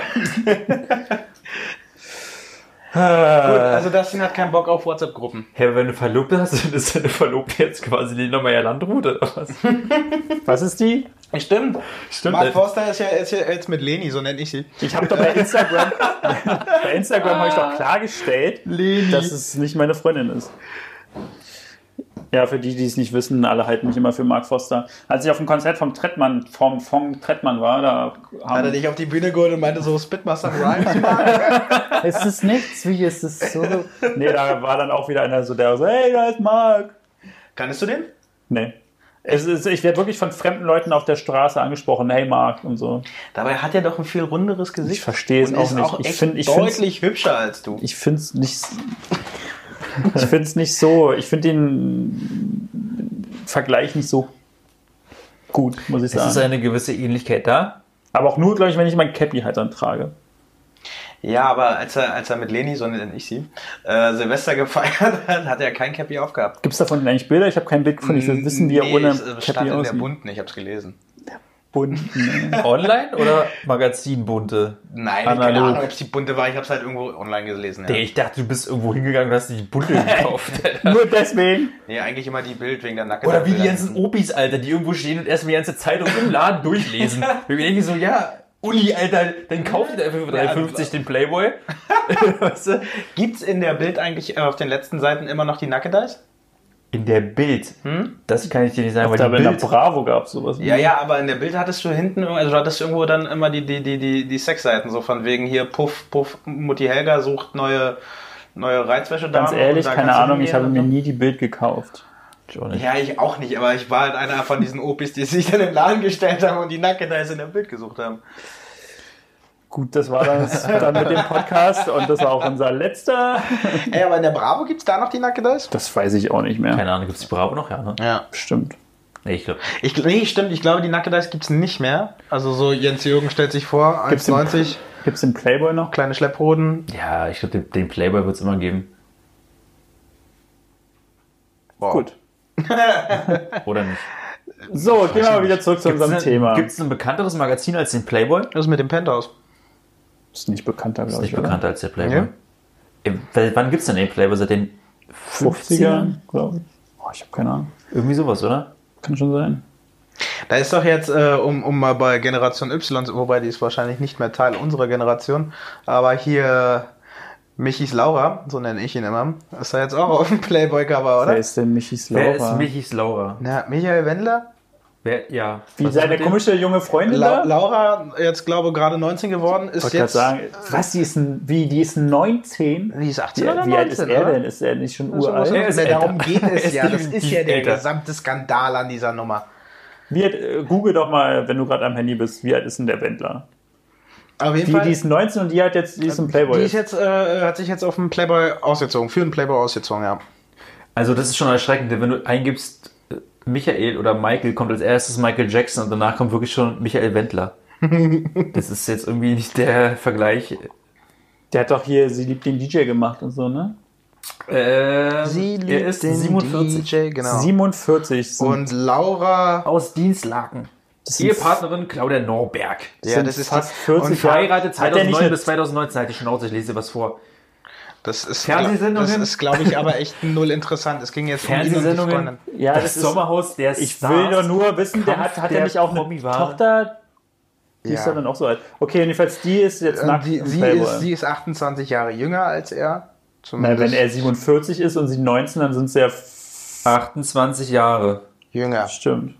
E: Gut, also Dustin hat keinen Bock auf WhatsApp-Gruppen.
C: Hä, wenn du Verlobte hast, dann ist deine Verlobte jetzt quasi die Neumeier Landrute oder (laughs) was?
B: Was ist die?
E: Stimmt.
C: Stimmt.
E: Mark Forster ist ja, ist ja jetzt mit Leni, so nenne ich sie.
B: Ich habe doch bei
E: (laughs)
B: Instagram, bei Instagram habe ich doch klargestellt,
E: Ah. Leni.
B: dass es nicht meine Freundin ist. Ja, für die, die es nicht wissen, alle halten mich immer für Mark Foster. Als ich auf dem Konzert vom Trettmann, vom, vom Trettmann war, da
E: Hat er
B: haben,
E: dich auf die Bühne geholt und meinte so, Spitmaster Rhymes.
B: es ist nichts, wie ist es so? Nee, da war dann auch wieder einer so, der so, hey, da ist Mark.
E: (laughs) Kannst du den?
B: Nee. Es ist, ich werde wirklich von fremden Leuten auf der Straße angesprochen, hey Mark und so.
E: Dabei hat er doch ein viel runderes Gesicht.
B: Ich verstehe es
E: und
B: auch
E: ist
B: nicht.
E: auch
B: Ich
E: echt
B: find- ich find's-
E: deutlich hübscher als du.
B: ich finde es nicht. Ich finde es nicht so. Ich finde den Vergleich nicht so gut, muss ich
C: Es ist
B: sagen.
C: eine gewisse Ähnlichkeit da.
B: Aber auch nur, glaube ich, wenn ich mein Cappy halt dann trage.
E: Ja, aber als er, als er mit Leni, so nenne ich sie, äh, Silvester gefeiert (laughs) hat, hat er kein Cappy aufgehabt.
B: Gibt es davon denn eigentlich Bilder? Ich habe kein Bild gefunden. Ich will wissen, wie er
E: Nee,
B: ohne
E: es, äh, stand
B: Cappy
E: in der
B: aussieht.
E: bunten, ich hab's gelesen.
B: Bunt. ne?
C: Online oder Magazin bunte?
E: Nein, keine
C: Analog.
E: Ahnung, ob es die bunte war, ich hab's halt irgendwo online gelesen.
C: Ey,
E: Ja.
C: Ich dachte, du bist irgendwo hingegangen und hast die (laughs) bunte gekauft. Alter.
B: Nur deswegen.
E: Nee, eigentlich immer die Bild wegen der Nackten.
C: Oder wie die ganzen Opis, Alter, die irgendwo stehen und erstmal die ganze Zeitung im Laden (laughs) durchlesen. Wir denken so, ja, Uli, Alter, dann kauf dir dafür für 3,50 den Playboy. weißt du?
E: Gibt's in der Bild eigentlich äh, auf den letzten Seiten immer noch die Nacked Eyes?
C: In der Bild, das kann ich dir nicht sagen, weil
B: Da bei
C: die
B: der
C: Bild,
B: Bravo gab es sowas.
E: Ja, ja, aber in der Bild hattest du hinten, irgend- also du hattest irgendwo dann immer die, die, die, die, die Sexseiten, so von wegen hier Puff, Puff, Mutti Helga sucht neue, neue Reizwäsche
B: Ganz ehrlich, keine Ahnung. Ich habe mir nie die Bild gekauft.
E: Ja, ich auch nicht, aber ich war halt einer von diesen Opis, die (laughs) sich dann in den Laden gestellt haben und die Nacked Eyes in der Bild gesucht haben.
B: Gut, das war das dann mit dem Podcast und das war auch unser letzter.
E: Ey, aber in der Bravo gibt's da noch die Nacked Eyes?
B: Das weiß ich auch nicht mehr.
C: keine Ahnung, gibt's die Bravo noch? Ja, ne?
E: Ja.
B: Bestimmt.
C: Nee, ich glaube.
E: Ich, nee, stimmt, ich glaube, die Nacked Eyes gibt's nicht mehr. Also so Jens Jürgen stellt sich vor,
B: Gibt's den-
E: 1,90,
B: Gibt es den Playboy noch?
E: kleine Schlepphoden.
C: Ja, ich glaube, den, den Playboy wird es immer geben.
B: Gut.
C: Oder (laughs) nicht?
B: So, gehen wir mal wieder zurück zu unserem Thema.
C: Gibt es ein bekannteres Magazin als den Playboy?
E: Was ist mit dem Penthouse?
B: Ist nicht bekannter,
C: Ist
B: glaube ich.
C: nicht
B: oder?
C: bekannter als der Playboy. Im- weil- Wann gibt es denn den Playboy? Seit den 50ern?
B: 50er, glaube ich. Oh, ich habe keine Ahnung.
C: Irgendwie sowas, oder?
B: Kann schon sein.
D: Da ist doch jetzt, äh, um, um mal bei Generation Y, zu- wobei die ist wahrscheinlich nicht mehr Teil unserer Generation, aber hier Michis Laura, so nenne ich ihn immer, ist da jetzt auch auf dem Playboy-Cover,
B: Wer
D: oder?
B: ist denn Michis Laura?
C: Wer ist Michis Laura?
D: Na, Michael Wendler?
C: Wer, ja.
B: Wie
C: Was ist
B: seine
C: mit dem?
B: komische junge Freundin
D: La
B: da?
D: Laura, jetzt glaube gerade 19 geworden, ist
B: wollte gerade
D: jetzt.
B: sagen, was, die ist ein, wie, die ist ein 19?
D: Die ist 18
B: Wie,
D: oder
B: wie alt ist
D: 19,
B: er
D: oder? Also
B: denn? Ist er nicht schon
D: So, so,
B: uralt?
D: so.
C: Er ist
D: Nee,
C: älter.
D: darum
C: (laughs)
D: geht
C: Er
D: es
C: ist
D: ja. Das ist
C: definitiv
D: ja der
C: älter.
D: gesamte Skandal an dieser Nummer.
B: Wie alt, äh, google doch mal, wenn du gerade am Handy bist, wie alt ist denn der Wendler?
D: Auf jeden
B: Die,
D: Fall.
B: die ist 19 und die hat jetzt, die ist ein Playboy.
D: Die ist jetzt, äh, hat sich jetzt auf einen Playboy ausgezogen, für einen Playboy ausgezogen, ja.
C: Also das ist schon erschreckend, denn wenn du eingibst, äh, Michael oder Michael kommt als erstes Michael Jackson und danach kommt wirklich schon
B: (laughs)
C: Michael Wendler. das ist jetzt irgendwie nicht der Vergleich.
B: der hat doch hier, sie liebt den DJ gemacht und so, ne?
C: Ähm, er
D: liebt
C: ist
D: den
C: 47
D: DJ, genau.
B: 47 sind,
D: und Laura,
C: aus Dienstlaken.
B: das sind
C: Ehepartnerin Claudia Norberg.
D: ja,
B: sind
D: das ist
B: fast
D: die-
B: 40
D: und
B: Jahre.
C: Verheiratet
B: Hat der nicht
C: 2009
B: eine-
C: bis 2019. Halt die Schnauze, ich lese was vor.
D: Das ist, äh,
C: Fernsehsendungen?
D: das ist glaube ich, aber echt null interessant. Es ging jetzt um ihn und die Freundin.
C: Fernsehsendungen.
B: Ja,
C: das,
B: das ist-
C: Sommerhaus der
B: Ich
C: Stars.
B: will doch nur wissen, der
C: Kampf
B: hat, hat
C: der
B: er nicht auch eine
C: Promi-Ware.
B: Tochter? Die ist
D: Ja.
B: ja dann auch so alt. Okay, jedenfalls die ist jetzt
D: Und
B: nackt
D: Äh, die,
B: im
D: sie,
B: Playboy.
D: ist, sie ist 28 Jahre jünger als er.
B: Na, wenn
D: Zumindest
B: er 47 ist und sie 19, dann sind sie ja... f-
C: 28 Jahre.
D: jünger.
B: Stimmt.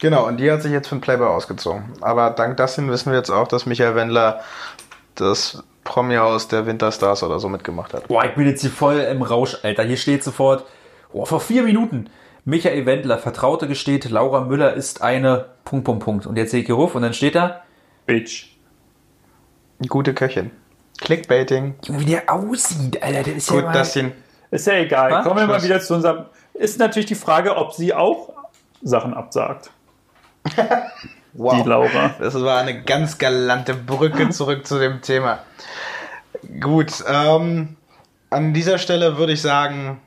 D: Genau, und die hat sich jetzt für den Playboy ausgezogen. Aber dank Dustin wissen wir jetzt auch, dass Michael Wendler das Promi-Haus der Winterstars oder so mitgemacht hat.
C: Boah, ich bin jetzt hier voll im Rausch, Alter. Hier steht sofort, boah, vor vier Minuten. Michael Wendler, Vertraute gesteht, Laura Müller ist eine. Punkt, Punkt, Punkt. Und jetzt sehe ich hier ruf und dann steht da,
B: Bitch.
D: Gute Köchin. Clickbaiting.
C: Junge, wie der aussieht, Alter. Der ist
D: Gut,
C: ja mal,
D: Dustin.
B: Ist ja egal.
C: Was?
B: Kommen wir mal
D: Schluss.
B: wieder zu unserem... Ist natürlich die Frage, ob sie auch Sachen absagt, die
D: Wow.
B: Laura.
D: Das war eine ganz galante Brücke zurück zu dem Thema. Gut, ähm, an dieser Stelle würde ich sagen,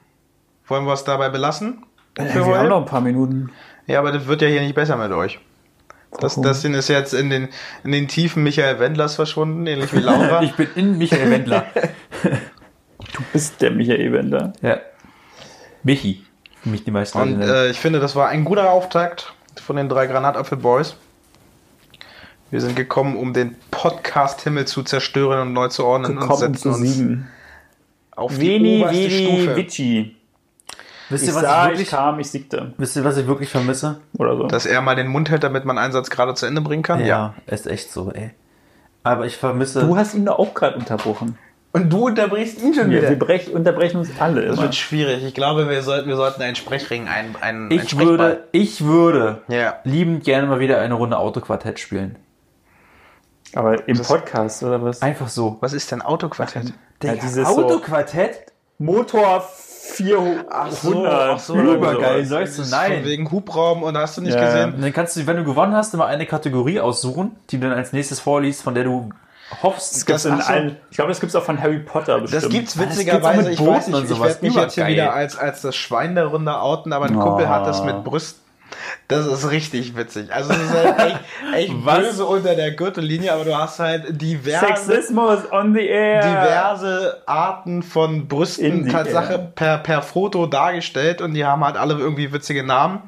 D: wollen wir es dabei belassen?
B: Ja, wir haben noch ein paar Minuten.
D: Ja, aber das wird ja hier nicht besser mit euch. Das, das Ding ist jetzt in den, in den Tiefen Michael Wendlers verschwunden, ähnlich wie Laura.
B: (laughs)
C: Ich bin in Michael Wendler.
B: Bist der Michael Wendler.
C: ja. Michi. Mich die meisten
D: Und
C: Leute nennen.
D: äh, ich finde, das war ein guter Auftakt von den drei Granatapfel Boys. Wir sind gekommen, um den Podcast-Himmel zu zerstören und neu zu ordnen und
B: Gekommen
D: setzen
B: zu
D: uns
B: sieben.
D: auf die
B: Veni,
D: oberste
B: veni,
D: Stufe.
B: vici.
C: wisst,
B: Ich
C: ihr, was
B: sah,
C: ich
B: ich
C: wirklich,
B: kam, ich siegte.
C: wisst ihr, was ich wirklich vermisse?
B: Oder so.
D: Dass er mal den Mund hält, damit man einen Satz gerade zu Ende bringen kann.
C: ist echt so, ey. Aber ich vermisse.
B: du hast ihn doch auch gerade unterbrochen.
D: Und du unterbrichst ihn schon
B: Wir, wir brech, unterbrechen uns alle
D: Das
B: immer.
D: wird schwierig. Ich glaube, wir sollten, wir sollten einen Sprechring, einen, einen, einen
C: ich
D: Sprechball.
C: würde, ich würde
D: Ja.
C: liebend gerne mal wieder eine Runde Autoquartett spielen.
B: Aber im Podcast, oder was?
C: Einfach so.
D: Was ist denn Autoquartett?
B: Ja, dieses so
C: Autoquartett?
B: Motor 400. Ach
D: ach so, also,
C: Übergeil, sagst du
D: Von
C: nein.
D: wegen Hubraum und hast du nicht
B: Ja, ja.
D: gesehen?
C: Und dann kannst du, wenn du gewonnen hast, immer eine Kategorie aussuchen, die du dann als nächstes vorliest, von der du hoffst,
B: Das in
D: ach so.
B: allen, ich glaube, das gibt es auch von Harry Potter bestimmt.
D: Das gibt's
C: gibt's auch
D: witzigerweise,
C: mit
D: ich weiß
C: Booten
D: nicht,
C: und
D: ich
C: sowas.
D: werde mich jetzt hier
C: Übergeil.
D: wieder als, als das Schwein der Runde outen, aber ein Kumpel hat das mit Brüsten. Das ist richtig witzig. Also es ist halt (laughs) echt, echt
C: Was?
D: böse unter der Gürtellinie, aber du hast halt diverse,
B: Sexismus on the air.
D: diverse Arten von
B: In
D: Brüsten
B: die-
D: Tatsache
B: ja.
D: per, per Foto dargestellt und die haben halt alle irgendwie witzige Namen.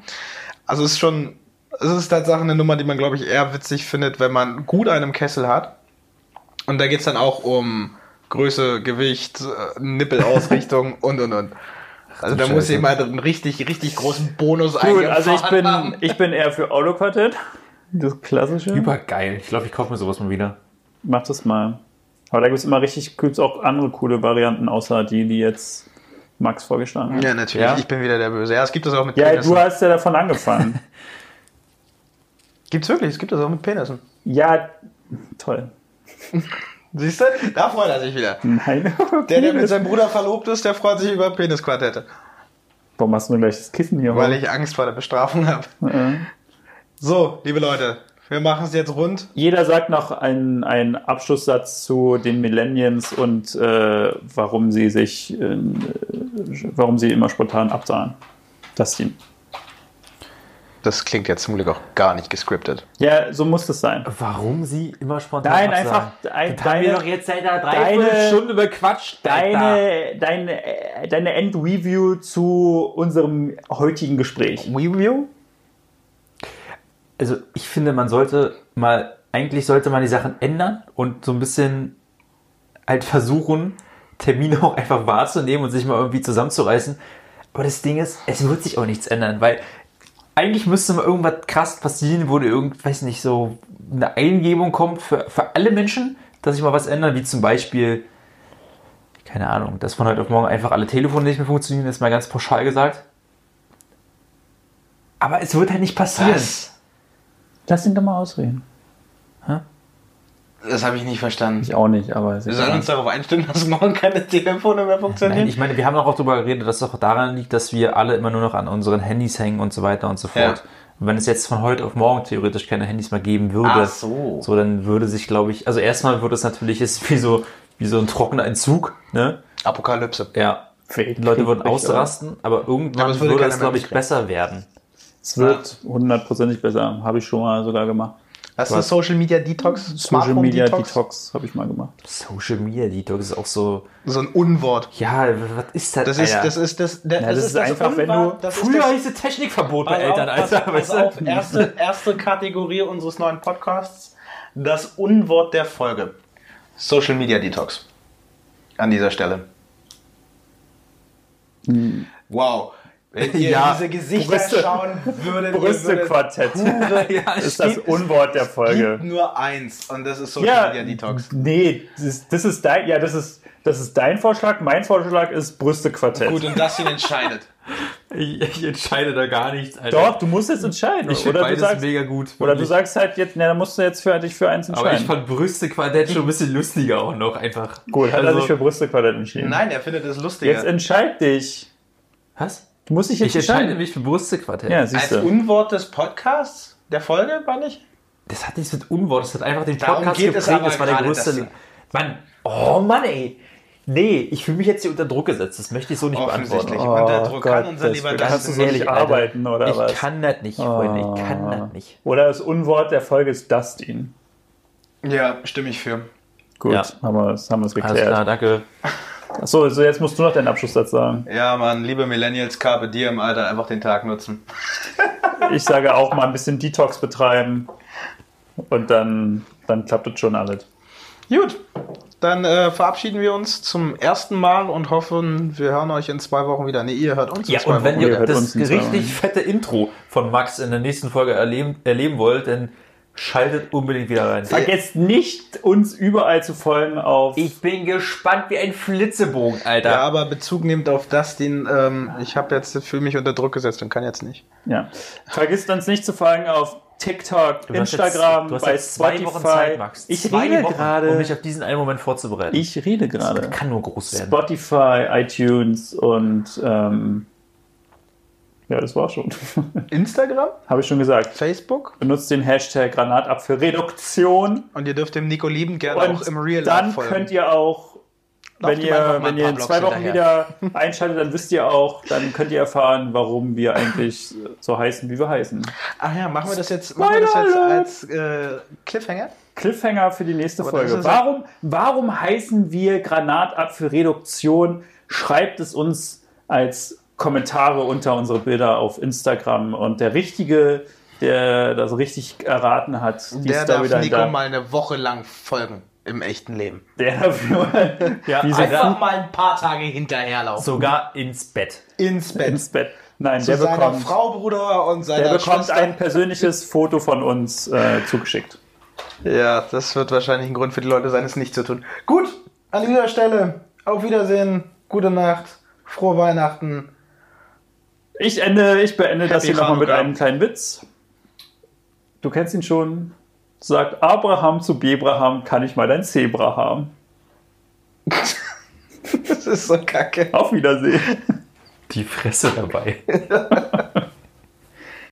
D: Also es ist schon, es ist Tatsache eine Nummer, die man glaube ich eher witzig findet, wenn man gut einen im Kessel hat. Und da geht es dann auch um Größe, Gewicht,
B: (laughs)
D: äh, Nippelausrichtung und und und. Also da muss
C: Scheiße.
D: jemand einen richtig, richtig großen Bonus
B: Gut, also ich
D: eingefahren
B: bin,
D: haben.
B: ich bin eher für Autoquartett. Das klassische.
C: Übergeil. Ich glaube, ich kaufe mir sowas mal wieder.
B: Mach das mal. Aber da gibt es immer richtig, gibt's auch andere coole Varianten, außer die, die jetzt Max vorgeschlagen hat.
D: Ja, natürlich,
C: Ja?
D: ich bin wieder der Böse. Ja, es gibt das auch mit
B: Ja,
D: Penissen.
B: du hast ja davon
D: (laughs)
B: angefangen.
D: Gibt's wirklich, es gibt das auch mit Penissen.
B: ja, toll.
D: Siehst du? Da freut er sich wieder.
B: Nein. (laughs)
D: Der, der mit seinem Bruder verlobt ist, der freut sich über Penisquartette.
B: Warum hast du denn gleich das Kissen hier
D: Weil ich Angst vor der Bestrafung habe.
B: Äh.
D: So, liebe Leute, wir machen es jetzt rund.
B: Jeder sagt noch einen, einen Abschlusssatz zu den Millennials und äh, warum sie sich, äh, warum sie immer spontan absahen. Das Team.
D: das klingt ja zum Glück auch gar nicht gescriptet.
B: Ja, so muss das sein.
C: Warum sie immer spontan
B: Nein,
C: absagen?
B: einfach ein-
C: Das haben wir
B: deine-
C: doch jetzt seit einer
B: deine-
C: Dreiviertelstunde bequatscht. Alter.
B: Deine, deine, äh, deine Endreview zu unserem heutigen Gespräch.
D: Review?
C: Also ich finde, man sollte mal, eigentlich sollte man die Sachen ändern und so ein bisschen halt versuchen, Termine auch einfach wahrzunehmen und sich mal irgendwie zusammenzureißen. Aber das Ding ist, es wird sich auch nichts ändern, weil eigentlich müsste mal irgendwas krass passieren, wo du irgend, weiß nicht, so eine Eingebung kommt für, für alle Menschen, dass sich mal was ändert, wie zum Beispiel, keine Ahnung, dass von heute auf morgen einfach alle Telefone nicht mehr funktionieren, ist mal ganz pauschal gesagt. Aber es wird halt nicht passieren.
D: Was?
B: Lass ihn doch mal ausreden.
D: Das habe ich nicht verstanden.
B: Ich auch nicht, aber ist
D: Wir
B: egal.
D: sollen uns darauf einstimmen, dass morgen keine Telefone mehr funktionieren.
C: Nein, ich meine, wir haben auch darüber geredet, dass es auch daran liegt, dass wir alle immer nur noch an unseren Handys hängen und so weiter und so fort.
D: Ja.
C: Und wenn es jetzt von heute auf morgen theoretisch keine Handys mehr geben würde,
D: Ach so.
C: dann würde sich, glaube ich, also erstmal würde es natürlich ist wie so wie so ein trockener Entzug, ne?
D: Apokalypse.
C: Ja.
B: Fake.
C: Die Leute würden
B: Krieg mich, aber
C: ausrasten, aber irgendwann
D: Aber es würde
C: würde,
D: keiner
C: es,
D: mehr
C: glaube ich,
D: mitkriegen.
C: besser werden.
B: Es wird hundertprozentig besser. Habe ich schon mal sogar gemacht.
D: Was ist Social Media Detox?
B: Social
D: Smartphone
B: Media Detox, habe ich mal gemacht.
C: Social Media Detox ist auch so,
D: So ein Unwort.
C: ja, was ist das?
D: Das ist,
C: Alter?
D: das ist, das, das,
B: das ist einfach, wenn
D: Unwahr-
B: du-
D: das ist
C: Früher
D: das- Also
C: hieß es Technikverbot bei
D: Pass
C: Eltern,
D: auf,
C: Alter.
D: Pass,
C: weißt
D: pass auf,
C: du?
D: erste, erste Kategorie unseres neuen Podcasts: Das Unwort der Folge. Social Media Detox. An dieser Stelle. Wow. Wenn ihr
C: Ja,
D: diese Gesichter
B: Brüste-
D: schauen würdet, ihr würdet-
B: Brüstequartett
C: Ja,
B: (laughs) ist das
C: stimmt.
B: Unwort der Folge.
D: gibt nur eins und das ist
B: Ja,
D: Social Media Detox.
B: nee, das ist, das ist dein, ja, das ist, das ist dein Vorschlag. Mein Vorschlag ist Brüstequartett.
D: Gut, und das ihn entscheidet.
C: ich, ich entscheide da gar nichts, Alter.
B: Doch, du musst jetzt entscheiden.
C: Ich finde
B: oder du
C: beides
B: sagst,
C: mega gut.
B: oder du
C: wirklich.
B: sagst halt jetzt, na, dann musst du jetzt für dich für eins entscheiden.
C: aber ich fand Brüste Quadett schon ein bisschen lustiger auch noch einfach.
B: Gut, hat
C: Also-
B: er sich für Brüstequartett entschieden.
D: Nein, er findet es lustiger.
B: Jetzt entscheid dich.
C: Was?
B: Du musst dich jetzt
C: Ich entscheide
B: entscheiden.
C: mich für Brüste Quartett.
B: Ja,
D: Als
B: siehst du.
D: Unwort des Podcasts der Folge, meine ich?
C: Das hat nichts mit Unwort, das hat einfach den
D: Darum
C: Podcast
D: geht es
C: geprägt.
D: aber
C: Das war der
D: gerade,
C: größte.
D: dass du-
C: Mann, oh Mann, ey. Nee, ich fühle mich jetzt hier unter Druck gesetzt. Das möchte ich so nicht
D: Offensichtlich.
C: beantworten.
B: Oh
D: unter Druck
B: Gott,
D: kann unser
B: das
D: lieber
B: wird-
D: Dustin
B: kannst du so
D: nicht.
B: nicht
C: Alter.
B: arbeiten, oder
C: ich
B: was? Oh.
C: kann das nicht, Freunde. Ich kann das nicht.
B: Oder das Unwort der Folge ist Dustin.
D: Ja, stimme ich für.
B: Gut,
C: Ja.
B: haben wir es haben wir's
C: Alles klar,
B: geklärt.
C: danke.
B: Achso, so jetzt musst du noch deinen Abschlusssatz sagen.
D: Ja, Mann, liebe Millennials, Carpe Diem, Alter, einfach den Tag nutzen.
B: Ich sage auch mal ein bisschen Detox betreiben und dann, dann klappt das schon alles.
D: Gut, dann äh, verabschieden wir uns zum ersten Mal und hoffen, wir hören euch in zwei Wochen wieder. Ne, ihr hört uns
C: Ja,
D: in zwei
C: und wenn
D: Wochen.
B: Ihr
C: ihr
B: hört
C: das
B: uns in zwei
C: richtig
B: Wochen.
C: fette Intro von Max in der nächsten Folge erleben, erleben wollt, dann schaltet unbedingt wieder rein.
B: Vergesst nicht, uns überall zu folgen auf.
C: Ich bin gespannt wie ein Flitzebogen, Alter.
D: ja, aber Bezug nehmend auf das, den ähm, ich habe jetzt fühle mich unter Druck gesetzt und kann jetzt nicht.
B: Ja. Vergisst uns nicht zu folgen auf TikTok,
C: Du hast jetzt-
B: Instagram,
C: du hast
B: bei
C: jetzt zwei
B: Spotify.
C: Wochen Zeit, Max.
B: Ich
C: zwei
B: rede
C: Wochen, um mich
B: gerade.
C: auf diesen einen Moment vorzubereiten.
B: Ich rede gerade.
C: das kann nur groß werden.
B: Spotify, iTunes und ähm, ja, das war schon. (laughs)
D: Instagram,
B: Habe ich schon gesagt.
D: Facebook
B: Benutzt den Hashtag Granatapfelreduktion.
D: und ihr dürft dem Nico lieben gerne auch im Real
B: Und dann
D: Life folgen.
B: könnt ihr auch, wenn
D: ihm
B: ihr,
D: einfach mal
B: wenn
D: ein
B: ihr
D: paar
B: in
D: Blocks
B: zwei Wochen
D: hinterher.
B: wieder einschaltet, dann wisst ihr auch, dann könnt ihr erfahren, warum wir eigentlich so heißen, wie wir heißen.
D: Ach ja, machen wir das jetzt, machen wir das jetzt als äh, Cliffhanger?
B: Cliffhanger für die nächste
D: Aber das
B: Folge.
D: ist-
B: Warum, warum heißen wir Granatapfelreduktion? Schreibt es uns als Kommentare unter unsere Bilder auf Instagram und der Richtige, der das richtig erraten hat, die
D: Der darf
B: Story
D: Nico
B: dahinter,
D: mal eine Woche lang folgen im echten Leben.
B: der (laughs) dafür
C: Ja,
B: wie so
C: einfach
D: mal ein paar Tage hinterherlaufen.
C: sogar ins Bett.
D: Ins Bett.
B: ins Bett. Nein,
D: Zu
B: der
D: seiner
B: bekommt,
D: Frau, Bruder und seiner
B: der bekommt
D: Schwester.
B: ein persönliches Foto von uns äh, zugeschickt.
D: Ja, das wird wahrscheinlich ein Grund für die Leute sein, es nicht zu tun. Gut, an dieser Stelle auf Wiedersehen, gute Nacht, frohe Weihnachten.
B: Ich ende, ich beende das hier nochmal mit
D: Chanukka.
B: einem kleinen Witz. Du kennst ihn schon. Sagt Abraham zu Bebraham, kann ich mal dein Zebra haben?
D: (laughs) Das ist so kacke.
B: Auf Wiedersehen.
C: Die Fresse dabei.